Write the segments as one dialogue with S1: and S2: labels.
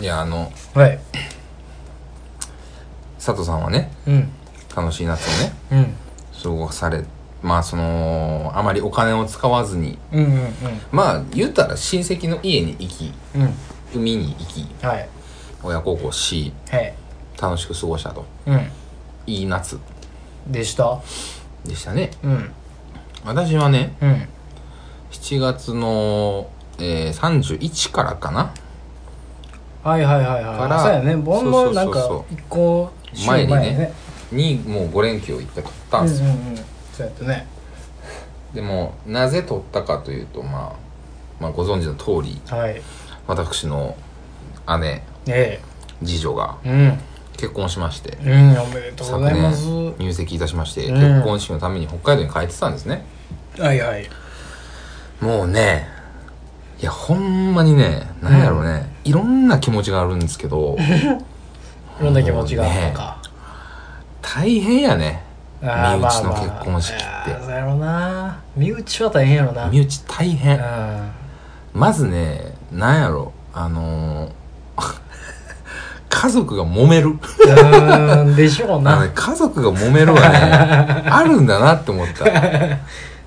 S1: いやあの
S2: はい
S1: 佐藤さんはね
S2: うん
S1: 楽しい夏をね
S2: うん
S1: 過ごされまあそのあまりお金を使わずに
S2: うんうん
S1: まあ言ったら親戚の家に行き
S2: うんうん
S1: 海に行き
S2: はい
S1: 親孝行し
S2: はい
S1: 楽しく過ごしたと
S2: う
S1: いい夏
S2: んでした
S1: でしたね
S2: うん
S1: 私はね
S2: うん
S1: 7月の、えー、31からかな
S2: はいはいはいはい
S1: から
S2: そうやね盆のなんか
S1: そうそうそう
S2: 一個週
S1: 前にね
S2: や
S1: にもう5連休を一回取った
S2: うんんう
S1: ですよ、
S2: んうんそうやったね
S1: でもなぜ取ったかというと、まあ、まあご存知の通り
S2: はい
S1: 私の姉
S2: え
S1: 次女が
S2: えうん
S1: 結婚しまして
S2: うんおめでとうご
S1: 昨
S2: ざいま
S1: 年
S2: す
S1: 入籍いたしまして、
S2: うん
S1: 結婚式のために北海道に帰ってたんですね
S2: はいはい
S1: もうねいやほんまにね何やろうね、いろんな気持ちがあるんですけ ど
S2: いろんな気持ちがあるのか
S1: 大変やね
S2: あー
S1: 身内の
S2: まあまあ
S1: 結婚式って
S2: あーそうやろな身内は大変やろな
S1: 身内大変
S2: うん
S1: まずね、なんやろ、あのー、 家族が揉める。
S2: うーんでしょう
S1: あの
S2: な
S1: ね、家族が揉める はね、あるんだなって思った。い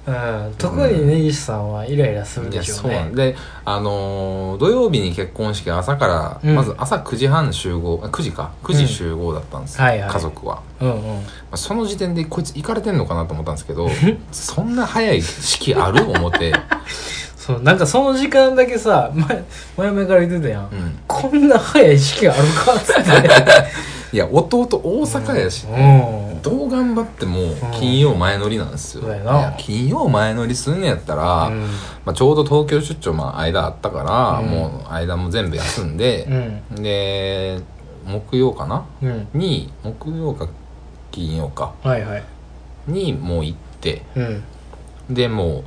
S2: うん特にね岸さんはイライラするで
S1: や、
S2: しょ
S1: そううなん
S2: ね
S1: で、あのー土曜日に結婚式朝から、
S2: うん
S1: まず朝9時半集合、あ9時か、9
S2: う
S1: 時
S2: ん
S1: 集合だったんですよ、
S2: はいはい
S1: 家族は。
S2: うんうん
S1: まあその時点でこいつ行かれてんのかなと思ったんですけど、そんな早い式ある思 って、
S2: そうなんかその時間だけさ前前々から言ってたやん、
S1: うん。
S2: こんな早い式あるかっつって
S1: いや、弟大阪やし、
S2: うん
S1: どう頑張っても金曜前乗りなんですよ、
S2: そうや
S1: い
S2: な
S1: や金曜前乗りすんのやったら、
S2: うん
S1: まあ、ちょうど東京出張まあ間あったから、
S2: うん
S1: もう間も全部休んで、
S2: うん
S1: で木曜かな
S2: うん
S1: に木曜か金曜か
S2: はいはい
S1: にもう行って
S2: うん
S1: でも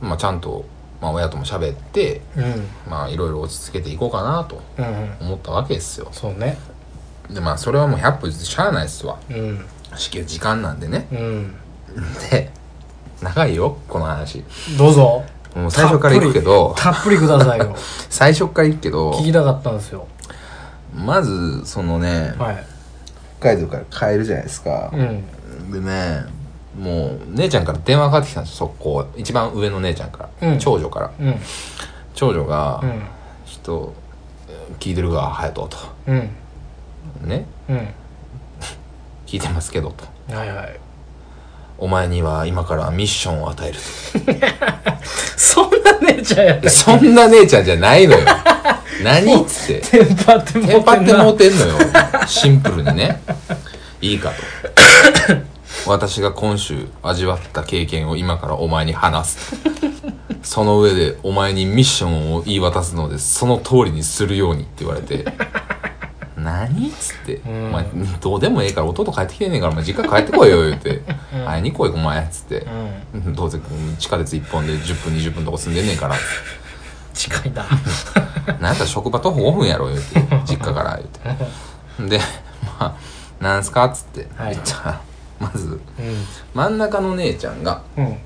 S1: う、まあ、ちゃんと、まあ、親とも喋って
S2: うん
S1: まあいろいろ落ち着けていこうかなと
S2: うんうん
S1: 思ったわけですよ
S2: そうね
S1: でまあそれはもう100歩譲ってしゃあないっすわ
S2: うん
S1: 式は時間なんでね
S2: うん
S1: で長いよこの話
S2: どうぞ
S1: もう最初から行くけど、
S2: たっぷりくだ さいよ
S1: 最初から行くけど、
S2: 聞きたかったんですよ
S1: まず、そのね、
S2: はい
S1: 北海道から帰るじゃないですか
S2: う。ん
S1: でね、もう、姉ちゃんから電話かかってきたんですよ、速攻。一番上の姉ちゃんから。
S2: うん
S1: 長女から。
S2: うん
S1: 長女が、
S2: うん
S1: ちょっと、聞いてるが、隼人と。
S2: うん
S1: ね、
S2: うん
S1: 聞いてますけど、と。
S2: はいはい
S1: お前には今からミッションを与える
S2: そんな姉ちゃんやっ
S1: と。
S2: た
S1: そんな姉ちゃんじゃないのよ。何っつ って。
S2: テンパって
S1: テ
S2: も
S1: ンパって
S2: な
S1: モテんのよ。シンプルにね。いいかと。私が今週味わった経験を今からお前に話す。その上でお前にミッションを言い渡すので、その通りにするようにって言われて。何っつって、お
S2: ん
S1: 前どうでもええから弟帰ってきてんねんからお前実家帰ってこいよ言うて会いに来いお前っつって
S2: うん
S1: どうせ地下鉄1本で10分20分とこ住んでんねんから
S2: 近いな
S1: なんやったら職場徒歩5分やろ言う て実家から言うてでまあなんすかっつって
S2: はい
S1: 言ったらまず
S2: う
S1: 真ん中の姉ちゃんが
S2: んうん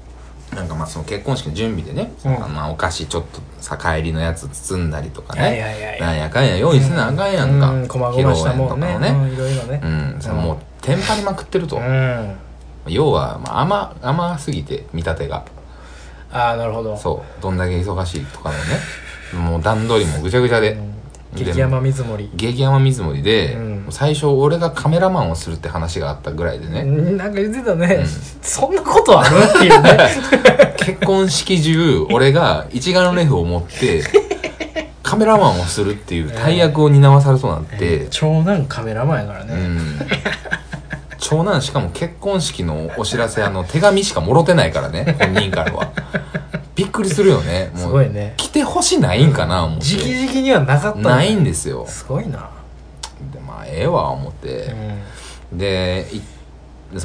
S1: なんかまあその結婚式の準備でね、
S2: うん
S1: あのまあお菓子ちょっとさ帰りのやつ包んだりとかね、
S2: はいはいはい
S1: なんやかんや用意せなあかんやんか、
S2: うん、こまごましたもん
S1: 披露宴
S2: ね
S1: とかもね
S2: うんいろいろね
S1: うん、そのもうテンパりまくってると、
S2: うん
S1: 要はまあ甘甘すぎて見立てが
S2: ああなるほど
S1: そうどんだけ忙しいとかのねもう段取りもぐちゃぐちゃで、で
S2: 激山見積もり
S1: 激山水森で、
S2: うん
S1: 最初俺がカメラマンをするって話があったぐらいでね、
S2: うんなんか言ってたね、そんなことあるってい うね
S1: 結婚式 中俺が一眼レフを持ってカメラマンをするっていう大役を担わされそうになって、
S2: 長男カメラマンやから
S1: う
S2: ね、
S1: ん長男しかも結婚式のお知らせあの手紙しかもろてないからね本人から はびっくりするよね
S2: す
S1: も
S2: ごいうね
S1: 来てほしないんかな思っ
S2: 直
S1: て
S2: 々にはなかったんだ
S1: ないんですよ
S2: すごいな
S1: でまあええわ思って、
S2: うん
S1: でい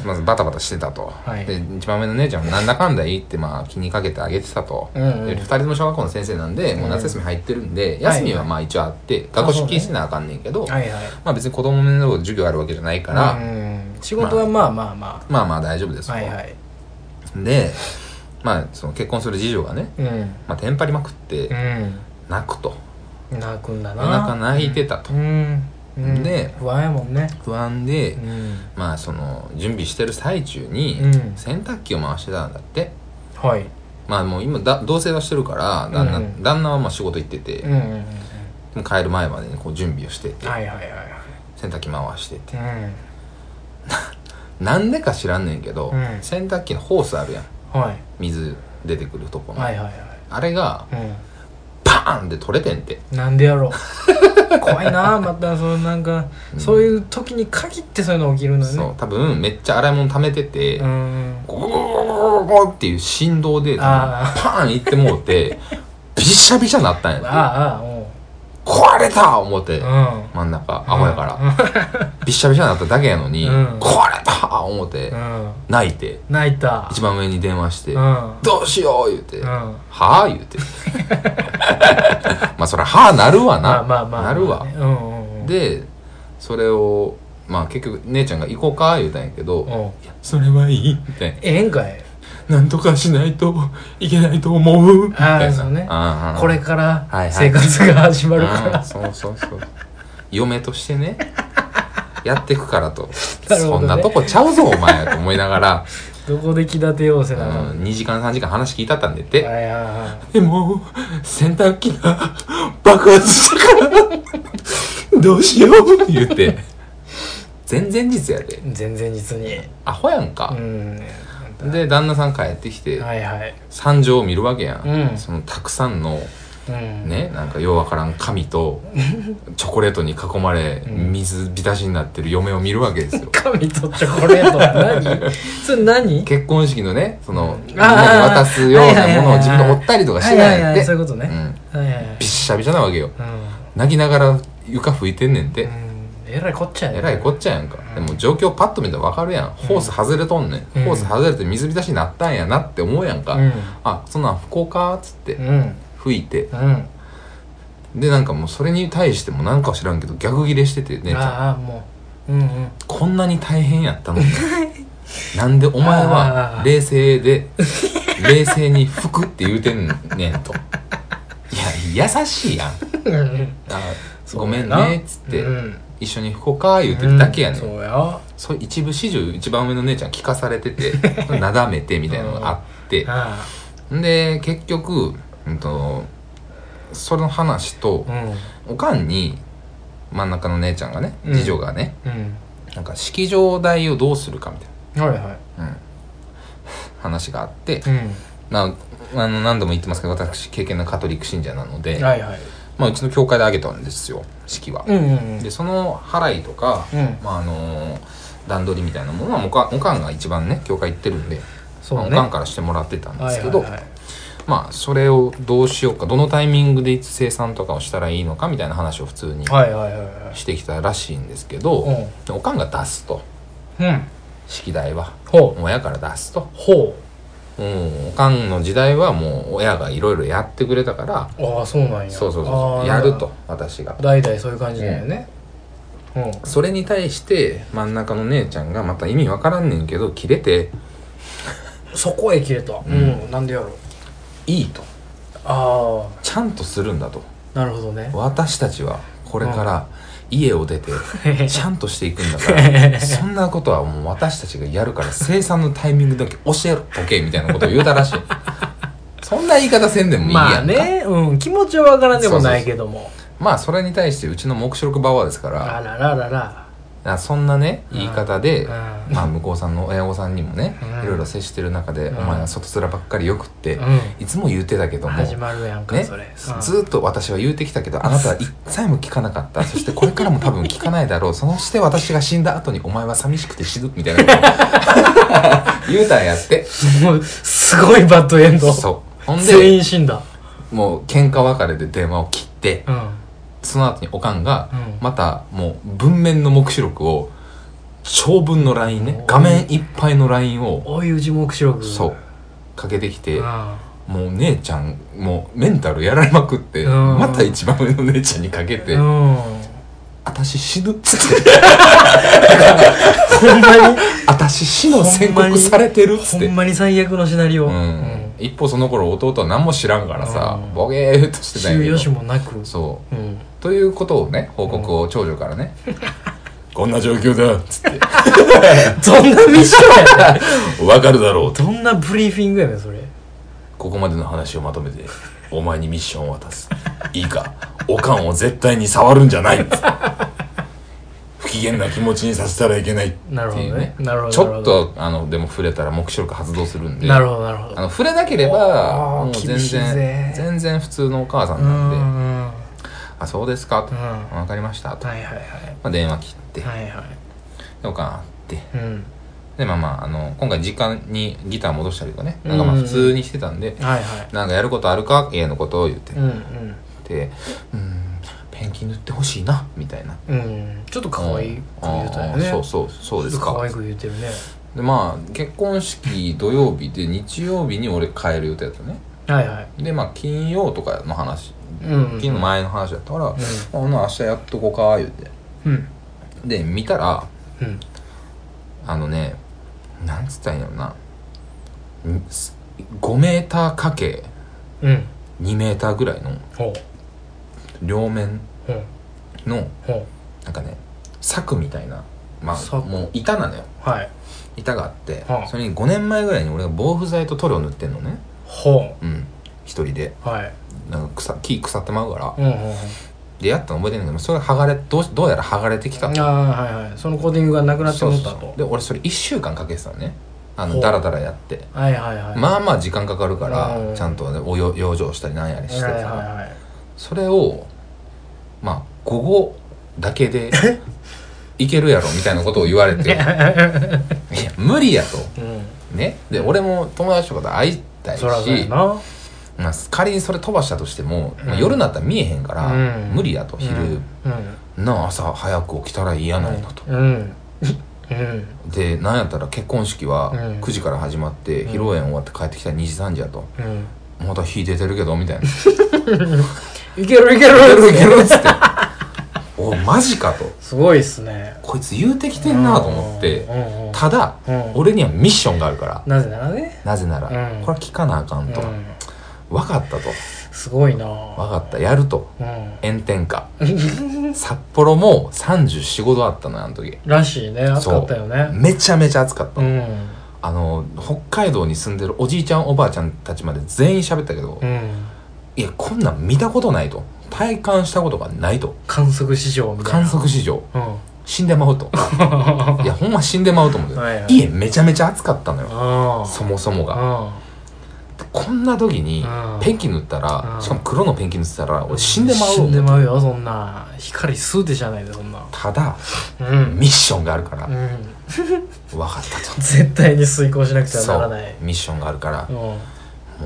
S1: まずバタバタしてたと、
S2: はい
S1: で一番目の姉ちゃんもなんだかんだいいってまあ気にかけてあげてたと、
S2: うんうん
S1: で二人とも小学校の先生なんでもう夏休み入ってるんで、休みはまあ一応あって、学校出勤してなあかんねんけど、
S2: はいはい
S1: まあ別に子供の授業あるわけじゃないから、
S2: うん仕事はまあまあま
S1: まあまあ大丈夫です
S2: あ、
S1: よ
S2: はいはい
S1: でまあその結婚する次女がね、
S2: うん
S1: まあ、テンパりまくって
S2: うん
S1: 泣くと、
S2: 泣くんだな
S1: 夜中泣いてたと
S2: うん、うん、
S1: で
S2: 不安やもんね
S1: 不安で、
S2: うん
S1: まあその準備してる最中に
S2: うん
S1: 洗濯機を回してたんだって、
S2: はい
S1: まあもう今だ同棲はしてるから旦那,、
S2: うん
S1: 旦那はまあ仕事行ってて、
S2: うんうんうん
S1: でも帰る前までにこう準備をしてて、
S2: はいはいはいはい
S1: 洗濯機回してて
S2: う
S1: なんでか知らんねんけど、
S2: うん
S1: 洗濯機のホースあるやん
S2: んはい
S1: 水出てくるとこの、
S2: はいはいは
S1: あれが
S2: い
S1: パーンって取れてんて
S2: うんなんでやろう 怖いなまたそのなんか、
S1: うん
S2: そういう時に限ってそういうの起きるのよね
S1: そう多分めっちゃ洗い物溜めてて、
S2: うん
S1: ゴゴゴゴゴゴゴっていう振動で
S2: あ
S1: パーンいってもう てびしゃびしゃなったんや
S2: あ
S1: て
S2: ああも
S1: 壊れた思って、
S2: ううん
S1: 真ん中アホやから、びっしゃびしゃになっただけやのに、
S2: うん
S1: 壊れた思って、
S2: うん
S1: 泣いて
S2: 泣いた
S1: 一番上に電話して、
S2: うん
S1: どうしよう言うて、
S2: うん
S1: はあ言うて まあそりゃはあなるわな、
S2: まあまあまあ
S1: なるわ、
S2: うんうんうん
S1: でそれをまあ結局姉ちゃんが行こうか言うたんやけど、
S2: うん
S1: いやそれはいいみたいな
S2: ええんかい
S1: なんとかしないといけないと思うみ
S2: あ
S1: たい
S2: あ
S1: な
S2: そうね
S1: ああ
S2: これ
S1: はいは
S2: から
S1: い
S2: 生活が始まるか
S1: うん
S2: ら
S1: そうそうそう嫁としてねやっていくからと、
S2: なるほど
S1: そ
S2: ね
S1: んなとこちゃうぞお前と思いながら、
S2: どこで気立てようせ
S1: う
S2: なあかん
S1: ん、2時間3時間話聞いたったんでっ
S2: はい
S1: て、
S2: はいは
S1: でも洗濯機が爆発したからどうしよう言うて前々日やで
S2: い全然実に
S1: アホやん
S2: う
S1: か、
S2: ん
S1: で旦那さん帰ってきて、
S2: はいはい
S1: 惨状を見るわけやん、
S2: うん
S1: そのたくさんの
S2: うん
S1: ねなんかようわからん紙 とチョコレートに囲まれ
S2: うん
S1: 水浸しになってる嫁を見るわけ ですよ
S2: 神とチョコレートは何 それ何
S1: 結婚式のねそのみんなに
S2: あー
S1: 渡すようなものを自分で折ったりとかし
S2: は
S1: て
S2: いは
S1: ないい
S2: は
S1: っ
S2: い
S1: て
S2: そういうこと
S1: う
S2: ね、
S1: ん
S2: はいはいはい
S1: びっしゃびしゃなわけよ
S2: うん
S1: 泣きながら床拭いてんねんて
S2: うんえらいこっちゃね
S1: えらいこっちゃやんかでも状況パッと見たらわかるやんホース外れとんねん
S2: うん
S1: ホース外れて水浸しになったんやなって思うやん
S2: う
S1: か
S2: ん
S1: あそんなん不幸かっつって
S2: うん
S1: 拭いて
S2: うん
S1: でなんかもうそれに対してもなんか知らんけど逆ギレしてて姉ちゃん
S2: ああもううんうん
S1: こんなに大変やったのに なんでお前は冷静で冷静に拭くって言うてんねんといや優し いやん
S2: うん
S1: あ
S2: そう
S1: ごめん
S2: やな
S1: ねっつって、
S2: うん
S1: 一緒に拭こうか言うてるだけやねん、
S2: そうや
S1: そう一部始終一番上の姉ちゃん聞かされて てなだめてみたいなのがあって
S2: あ
S1: んで結局、うん、とその話と
S2: あうん
S1: おかんに真ん中の姉ちゃんがね
S2: うん
S1: 次女がね、
S2: うん
S1: なんか式場代をどうするかみたいな
S2: はいは
S1: うん、話があって
S2: い、うん
S1: なあの何度も言ってますけど私経験のカトリック信者なので、
S2: はいはい
S1: まあ、うちの教会であげたんですよ式は、
S2: うんうん
S1: でその払いとか、
S2: うん
S1: まああのー段取りみたいなものはおかおかんが一番ね教会行ってるんで、
S2: そうね
S1: まあおかんからしてもらってたんですけど、
S2: はいはいはい
S1: まあそれをどうしようかどのタイミングで生産とかをしたらいいのかみたいな話を普通に
S2: はいはいはいはい
S1: してきたらしいんですけど、
S2: うん
S1: でおかんが出すと
S2: うん
S1: 式代は
S2: ほう
S1: 親から出すと
S2: ほ
S1: うん、おかんの時代はもう親がいろいろやってくれたから
S2: うああそうなんや
S1: そうそう
S2: あ
S1: そ
S2: あ
S1: うやると私が
S2: 代々そういう感じだよねうん
S1: それに対して真ん中の姉ちゃんがまた意味わからんねんけど切れて
S2: そこへ切れたうん、なんでやろう
S1: いいと
S2: あ
S1: ちゃんとするんだと
S2: あなるほどね
S1: 私たちはこれから家を 出てちゃんとしていくんだか
S2: へへ
S1: らそんなことはもう私たちがやるから生産のタイミングだけ教えろとけみたいなことを言うたらし いそんな言い方せんでもいいやんか、
S2: まあねうん気持ちはわからんでもないけども
S1: まあそれに対してうちの黙示録ババアですから
S2: あらららら
S1: あそんなね
S2: うん
S1: 言い方で、
S2: うん
S1: まあ、向こうさんの親御さんにもね、
S2: うん
S1: いろいろ接してる中で、
S2: うん
S1: お前は外面ばっかりよくって、
S2: う
S1: いつも言うてたけど
S2: ん
S1: も
S2: 始まるやんか
S1: ね
S2: それ
S1: ず
S2: うん
S1: ずっと私は言うてきたけどあなたは一切も聞かなか ったそしてこれからも多分聞かないだろうそして私が死んだ後にお前は寂しくて死ぬみたいなこと 言うたんやって
S2: もうすごいバッドエンド
S1: そうほん
S2: 全
S1: で
S2: 員死んだ
S1: もう喧嘩別れで電話を切って
S2: うん
S1: その後におかんが、
S2: うん
S1: またもう文面の目視録を長文の LINE ね
S2: おー
S1: 画面いっぱいの LINE を
S2: おいう字目視録
S1: そうかけてきて
S2: うんあ
S1: もう姉ちゃんもうメンタルやられまくって
S2: うん
S1: また一番上の姉ちゃんにかけて
S2: うん
S1: 「私死ぬ」っつって
S2: ほんまに
S1: 「私死の宣告されてる」っつ
S2: ほ
S1: って
S2: んまに最悪のシナリオ
S1: う
S2: うん
S1: ん一方その頃弟は何も知らんからさ
S2: うん
S1: ボケーっとしてたん
S2: 収
S1: や
S2: 容
S1: け
S2: し
S1: ど
S2: もなく、
S1: そう
S2: ん、
S1: うということをね報告を長女からね こんな状況だっつ って
S2: どんなミッションやね ん
S1: わかるだろうと
S2: どんなブリーフィングやねんそれ
S1: ここまでの話をまとめてお前にミッションを渡すいいかおかんを絶対に触るんじゃないっつって不機嫌な気持ちにさせたらいけないって
S2: なるほ
S1: い
S2: ど
S1: う
S2: ね
S1: ね
S2: なるほど
S1: ちょっとあのでも触れたら黙示録発動するんで
S2: なるほどなるほ
S1: あ
S2: ど
S1: の触れなければ
S2: おー
S1: もう全
S2: 厳しい
S1: 然
S2: ぜ
S1: 全然普通のお母さん
S2: う
S1: なん
S2: ん
S1: で
S2: うん
S1: 「
S2: うんは
S1: あそうですか」と
S2: うん
S1: 「分かりました」
S2: い
S1: と、
S2: はいは
S1: まあ、電話切って
S2: いはいは
S1: 「どうかな」って
S2: いうん
S1: でまあまああの今回時間にギター戻したりとかねなんかまあ普通にしてたんで
S2: はいはい
S1: 「なんかやることあるか?」家のことを言って
S2: うんうん
S1: で「うーんペンキ塗ってほしいな」みたいな
S2: うん、ちょっと可愛く言うたよ
S1: あー
S2: ね。
S1: そうそうそうです
S2: ちょっと可
S1: か
S2: 愛く言うてるね。
S1: でまあ結婚式土曜日で日曜日に俺帰る予定だったね
S2: はいはい。
S1: でまあ金曜とかの話
S2: うん。
S1: 金の前の話だったから「あ
S2: う
S1: ほな明日やっとこうか」言うて
S2: ん。うん。
S1: で見たら
S2: うん。
S1: あのねなんつったらいいんやろなん5メーターかけ
S2: うん。
S1: 2メーターぐらいの
S2: ほ
S1: 両面
S2: う。ほう。
S1: の
S2: ほ
S1: なんかね柵みたいなまあ
S2: 柵
S1: もう板なのよ
S2: う。はい。
S1: 板があって、
S2: はあ
S1: それに5年前ぐらいに俺が防腐剤と塗料塗ってんのね
S2: ほ
S1: うん一人で
S2: う。はい。
S1: なんか草木腐ってまうから、
S2: うんうんうん。
S1: でやったの覚えてんねんけどそれが剥がれどうしどうやら剥がれてきた
S2: あ
S1: と
S2: あー、はいはい。そのコーティングがなくなって
S1: そう
S2: も
S1: そう
S2: っ
S1: そ
S2: た
S1: う
S2: と。
S1: で俺それ1週間かけてたのねあ
S2: ほ
S1: の
S2: う
S1: ダラダラやって
S2: はいはいはい。
S1: まあまあ時間かかるから、
S2: うん
S1: ちゃんとねおよ養生したりなんやりして
S2: は
S1: た
S2: い
S1: ら、
S2: はいはい。
S1: それをまあ午後だけ でいけるやろみたいなことを言われていや無理やと
S2: うん。
S1: ねで俺も友達とかと会いたいし
S2: そらそうやな。
S1: まあ、仮にそれ飛ばしたとしても、まあ
S2: うん
S1: 夜になったら見えへんから、
S2: うん
S1: 無理やと昼、
S2: うん。
S1: なあ朝早く起きたら嫌なんだと、
S2: うん。うん。
S1: でなんやったら結婚式は
S2: うん
S1: 9時から始まって、披露宴終わって帰ってきたら2時3時やと
S2: うん。
S1: また火出てるけどみ たいな「い
S2: いけるいける
S1: けるいける」っつって「 おいマジか」と
S2: すごいっすね。
S1: 「こいつ言うてきてんな」と思って
S2: うんうん。
S1: ただ、
S2: うん
S1: 俺にはミッションがあるから
S2: なぜならね。
S1: なぜなら、
S2: うん
S1: これは聞かなあかん
S2: う
S1: と、
S2: ん。
S1: 分かったと
S2: すごいな
S1: 分かったやると
S2: うん。
S1: 炎天 下札幌も345度あったのよあの時
S2: らしいね暑かったよね
S1: めちゃめちゃ暑かった、
S2: うん
S1: あの北海道に住んでるおじいちゃんおばあちゃんたちまで全員喋ったけど、
S2: うん
S1: いやこんなん見たことないと体感したことがないと
S2: 観測史上みたい
S1: 観
S2: な
S1: 測史上
S2: うん
S1: 死んでまうと
S2: あ
S1: いやほんま死んでまうと思うけど、
S2: はいはい
S1: 家めちゃめちゃ暑かったのよ
S2: あ
S1: そもそもが
S2: あ
S1: こんな時に
S2: うん
S1: ペンキ塗ったら
S2: うん
S1: しかも黒のペンキ塗ってたら俺死んでまう
S2: 死んでまうよそんな光吸うてじゃないでそんな
S1: ただ
S2: うん
S1: ミッションがあるから
S2: うん
S1: 分かったと
S2: 絶対に遂行しなくちゃ
S1: そ
S2: なら
S1: う
S2: ない
S1: ミッションがあるから
S2: う、ん
S1: も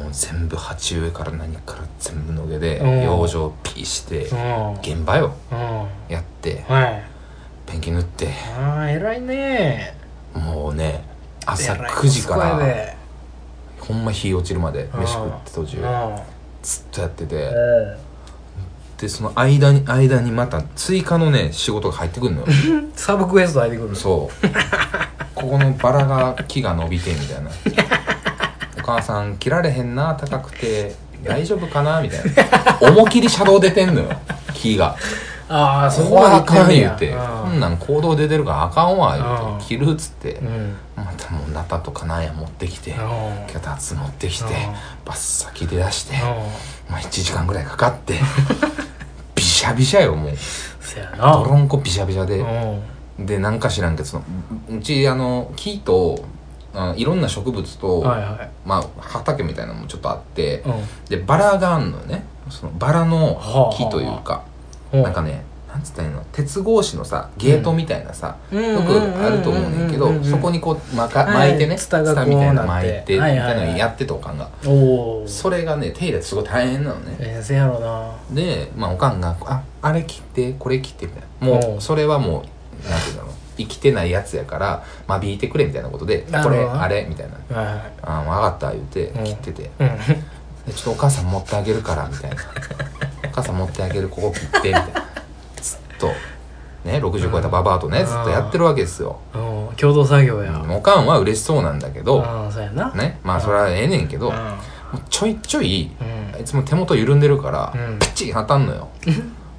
S1: う全部鉢植えから何から全部の上で
S2: うん
S1: 養生ピーして、
S2: うんうん
S1: 現場よ
S2: は
S1: やって
S2: い
S1: ペンキ塗って
S2: ああ偉いね
S1: もうね朝
S2: 偉い
S1: 9時か
S2: そこや
S1: ら
S2: で
S1: ほんま日落ちるまで
S2: うん
S1: 飯食って途中
S2: うん
S1: ずっとやって
S2: え
S1: てでその間に間にまた追加のね仕事が入ってく るのよ
S2: えサブクエスト入ってくる
S1: そうここのバラが木が伸びてみたいなお母さん切られへんな高くて大丈夫かなみたいな思い切りシャドウ出てんのよ木が
S2: ああそこ
S1: こは
S2: ま
S1: あ
S2: で行
S1: かん
S2: ってんね
S1: 言
S2: や
S1: うてこ
S2: うん
S1: んなん行動出てるからあかんわ言う
S2: うん
S1: て切るっつって
S2: うん
S1: またもうナタとかなんや持ってきて
S2: うん
S1: 脚立持ってきて
S2: うん
S1: バッサ切り出して
S2: うん
S1: まあ1時間ぐらいかかって びしゃびしゃよもう
S2: せや
S1: ド
S2: な
S1: ロンコびしゃびしゃ
S2: う
S1: で
S2: ん
S1: でなんか知らんけどそのううちあの木とあいろんな植物と、
S2: はいはい
S1: まあ、畑みたいなのもちょっとあって
S2: うん
S1: でバラがあんのよねそのバラの木というか
S2: うん
S1: なんかねなんつったらいいの鉄格子のさゲートみたいなさ、
S2: うん
S1: よくあると思うねんけど、そこ
S2: に
S1: にこう、まか、
S2: はい
S1: 巻いてね、ツタ
S2: ツタがこう
S1: みたい
S2: な
S1: な
S2: って
S1: 巻いて、み
S2: は
S1: た
S2: い
S1: い
S2: はいはい
S1: なのやってたおかんが。
S2: おお
S1: それがね、手入れってすごい大変なのね。
S2: ええせやろな
S1: で、まあ、おかんが、あ、あれ切って、これ切って、みたいな。も
S2: お
S1: う、
S2: う
S1: それはもう、なんていうの、生きてないやつやから、間引いてくれ、みたいなことで、
S2: なる
S1: こ
S2: ほど
S1: れ、あれ、みたいな。
S2: はいはい
S1: あ、もう分かった、言って
S2: う、ん
S1: 切ってて。
S2: うん
S1: でちょっとお母さん持ってあげるから、みたいな。 お母さん持ってあげる、ここ切って、みたいな。ずっと、ね、60超えたババアとね、ずっとやってるわけですよ。
S2: うん共同作業や
S1: おかんは嬉しそうなんだけど、
S2: うんそうやな
S1: ねまあそれはええねんけど
S2: うん
S1: ちょいちょい
S2: うん
S1: あいつも手元緩んでるから、
S2: うん
S1: パチン当たんのよ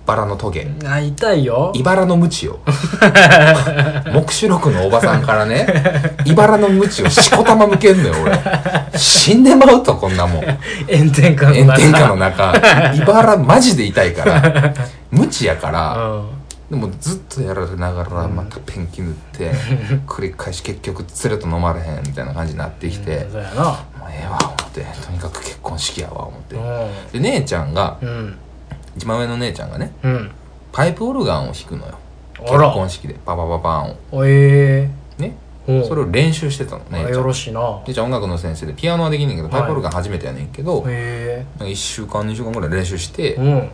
S1: バラのトゲ
S2: あ痛いよ
S1: いばらの鞭を黙示録のおばさんからねいばらの鞭をしこたま向けんのよ俺死んでまうとこんなもん
S2: 炎天下の
S1: 炎
S2: 中
S1: 天下の中いばらマジで痛いから鞭やから、でもずっとやられながらまたペンキ塗って、繰り返し結局つれと飲まれへんみたいな感じになってきて、
S2: うんそうやな
S1: もうええわ思ってとにかく結婚式やわ思って、
S2: う
S1: で姉ちゃんが
S2: んうん
S1: 一番上の姉ちゃんがね
S2: うん
S1: パイプオルガンを弾くのよ結
S2: あら
S1: 婚式でパパパパーンを
S2: おえ
S1: ね
S2: ー
S1: それ
S2: を
S1: を練習してたのね。
S2: よろしいな
S1: 姉ちゃん音楽の先生でピアノはできんねんけど、
S2: はい
S1: パイプオルガン初めてやねんけど、なんか
S2: へ
S1: 1週間、2週間ぐらい練習して
S2: え、うん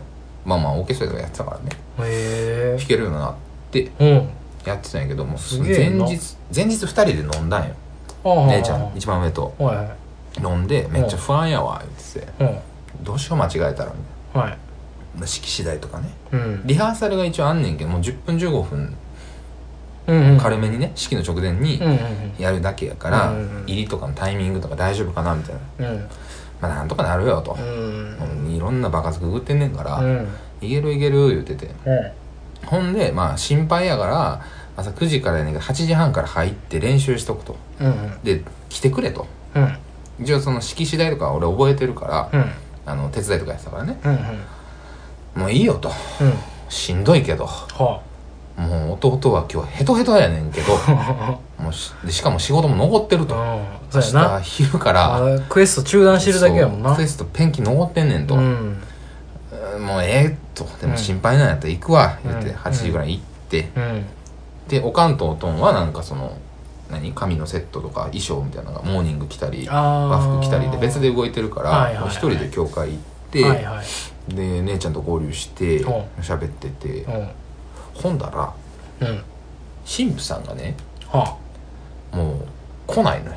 S1: まあまあオーケストラとかやってたからね、
S2: へえ
S1: 弾けるようになって
S2: うん
S1: やってたんやけども、
S2: す
S1: 前
S2: げえな
S1: 日、前日2人で飲んだんよ。
S2: あ
S1: 姉ちゃん、一番上と。
S2: んはいは
S1: 飲んで、めっちゃ不安やわ、言ってて、
S2: いうん
S1: どうしよう間違えたら、みたい
S2: はい
S1: な。式次第とかね。
S2: うん
S1: リハーサルが一応あんねんけど、もう10分15分、
S2: うんうん
S1: 軽めにね、式の直前に
S2: うんうん
S1: やるだけやから
S2: うんうんう、ん
S1: 入りとかのタイミングとか大丈夫かな、みたいな。
S2: うん
S1: まあなんとかなるよ、と。
S2: うん
S1: うんいろんなバカずくぐってんねんから、
S2: うん
S1: いけるいける言うてて
S2: うん
S1: ほんでまあ心配やから朝9時からやねんけど8時半から入って練習しとくと
S2: うん
S1: で来てくれと
S2: うんうん
S1: 一応その式次第とか俺覚えてるから、
S2: うん
S1: あの手伝いとかやってたからね
S2: うんうん
S1: もういいよと
S2: うん
S1: しんどいけど
S2: は
S1: もう弟は今日ヘトヘトやねんけど もうしでしかも仕事も残ってると
S2: あうん
S1: 明
S2: そうやな
S1: 日昼から
S2: あクエスト中断してるだけやもん
S1: そう
S2: な
S1: クエストペンキ残ってんねんと、
S2: うん
S1: うんもうええとで
S2: う
S1: も
S2: ん
S1: 心配なんやったら行くわ言って
S2: うん
S1: 8時ぐらい行って、
S2: うん
S1: でおかんとおとんはなんかその何髪のセットとか衣装みたいなのがモーニング着たり和
S2: 和
S1: 服着たりで別で動いてるか
S2: はいはい
S1: ら
S2: はい
S1: 一人で教会行って、
S2: はいはい
S1: で姉ちゃんと合流して
S2: うん
S1: 喋ってて
S2: う
S1: ほんだら
S2: んうん
S1: 神父さんがね
S2: はあ
S1: もう来ないのよ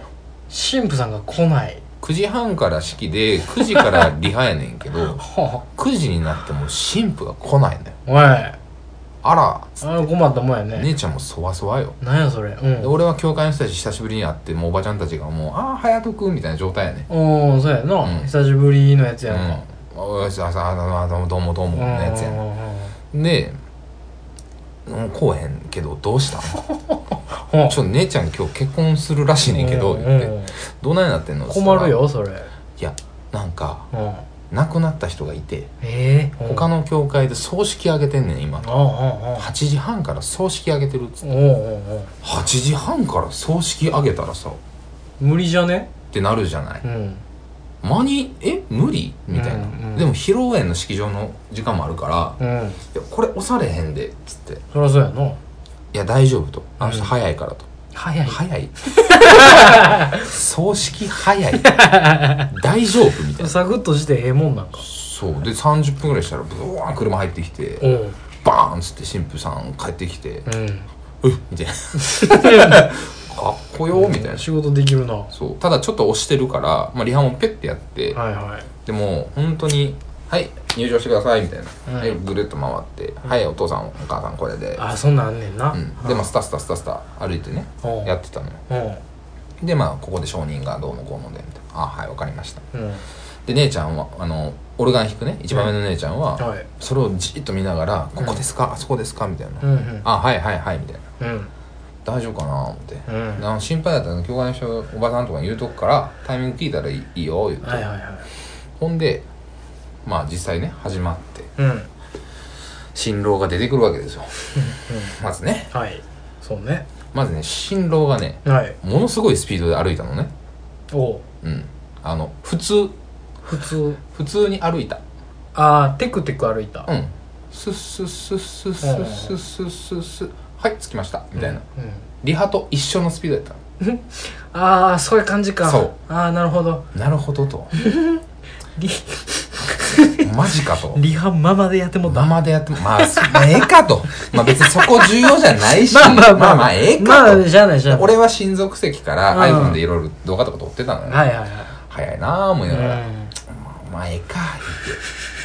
S2: 神父さんが来ない
S1: 9時半から式で9時からリハやねんけど
S2: は
S1: 9時になっても神父が来ないのよ
S2: あおいあ
S1: あら
S2: ー困ったもんやね
S1: 姉ちゃんもそわそわよ
S2: なんやそれう
S1: で
S2: ん
S1: 俺は教会の人たち久しぶりに会ってもうおばちゃんたちがもう「ああ隼人君」みたいな状態やね
S2: おーそうやな
S1: うん
S2: 久しぶりのやつやんか
S1: うん、おいしあさあどうもどうもどうも
S2: う
S1: の
S2: ん
S1: やつやんでうんこうへんけどどう したん
S2: うん
S1: ちょ姉ちゃん今日結婚するらしいねんけど
S2: うん
S1: 言って、
S2: うん
S1: どうなんやなってんの
S2: 困る
S1: っ
S2: よそれ
S1: つったらいやなんか
S2: うん
S1: 亡くなった人がいて
S2: ええ
S1: 他
S2: の
S1: の教会で葬式あげてんねん今
S2: あああ
S1: 8時半から葬式あげてるっつ
S2: おおお
S1: 8時半から葬式あげたらさっ
S2: 無理じゃね
S1: てなるじゃない
S2: うん
S1: 間にえ無理みたいな、
S2: うんうん
S1: でも披露宴の式場の時間もあるから「
S2: うん
S1: いやこれ押されへんで」っつって
S2: そりゃそうやない
S1: や大丈夫とあの人早いからと、
S2: 早い
S1: 早い葬式早い大丈夫みたいな
S2: サクッとしてええもんなんか
S1: そうで30分ぐらいしたらブワーン車入ってきて
S2: おう
S1: バーンっつって神父さん帰ってきて
S2: うん
S1: 「うっ」みたいなかっこよみたいな
S2: 仕事できるなは
S1: そうただちょっと押してるから、まあ、リハもペッてやって
S2: いはい
S1: でも本当に「はい入場してください」みたいな、
S2: うん
S1: はいぐるっと回って「はいお父さんお母さんこれで」
S2: あそんなんあんねんな
S1: うん、でまあスタスタスタスタ歩いてね
S2: おう
S1: やってたのよ
S2: う
S1: でまあここで証人がどうのこうのでみたいなあはいわかりました
S2: んうん
S1: で姉ちゃんはあのオルガン弾くね一番上の姉ちゃんは、
S2: はい
S1: それをじっと見ながら「ここですか、あそこですか?」みたいな「
S2: うんうん
S1: あはいはいはい」みたいな
S2: うん
S1: 「大丈夫かな?」思って、
S2: うん
S1: あの心配だったら教会の人おばさんとかに言うとくからタイミング聞いたらいいいいよ言って、
S2: はいはいはい
S1: ほんでまあ実際ね始まって
S2: うんうん
S1: 新郎が出てくるわけですよまずね
S2: はいそうね
S1: まずね新郎がね
S2: はい
S1: ものすごいスピードで歩いたのね
S2: おう
S1: うんあの普通
S2: 普通
S1: 普通に歩いた
S2: ああテクテク歩いた
S1: うんスッスッスッスッスッスッスッスッスッはい着きましたみたいな
S2: うん
S1: リハと一緒のスピードやった
S2: ああそういう感じか
S1: そう
S2: ああなるほど
S1: なるほどと
S2: リ
S1: マジかと
S2: リハママでやってもうた
S1: 生でやってもまあすまあええかとまあ別にそこ重要じゃないし
S2: まあまあまあ
S1: まあまあええ
S2: ま
S1: か
S2: あ
S1: と
S2: じゃあないじゃあない
S1: 俺は親族席から
S2: うん
S1: iPhone でいろいろ動画とか撮ってたのよ
S2: はいはいはい
S1: 早いなあ思いながらまあ、まあええか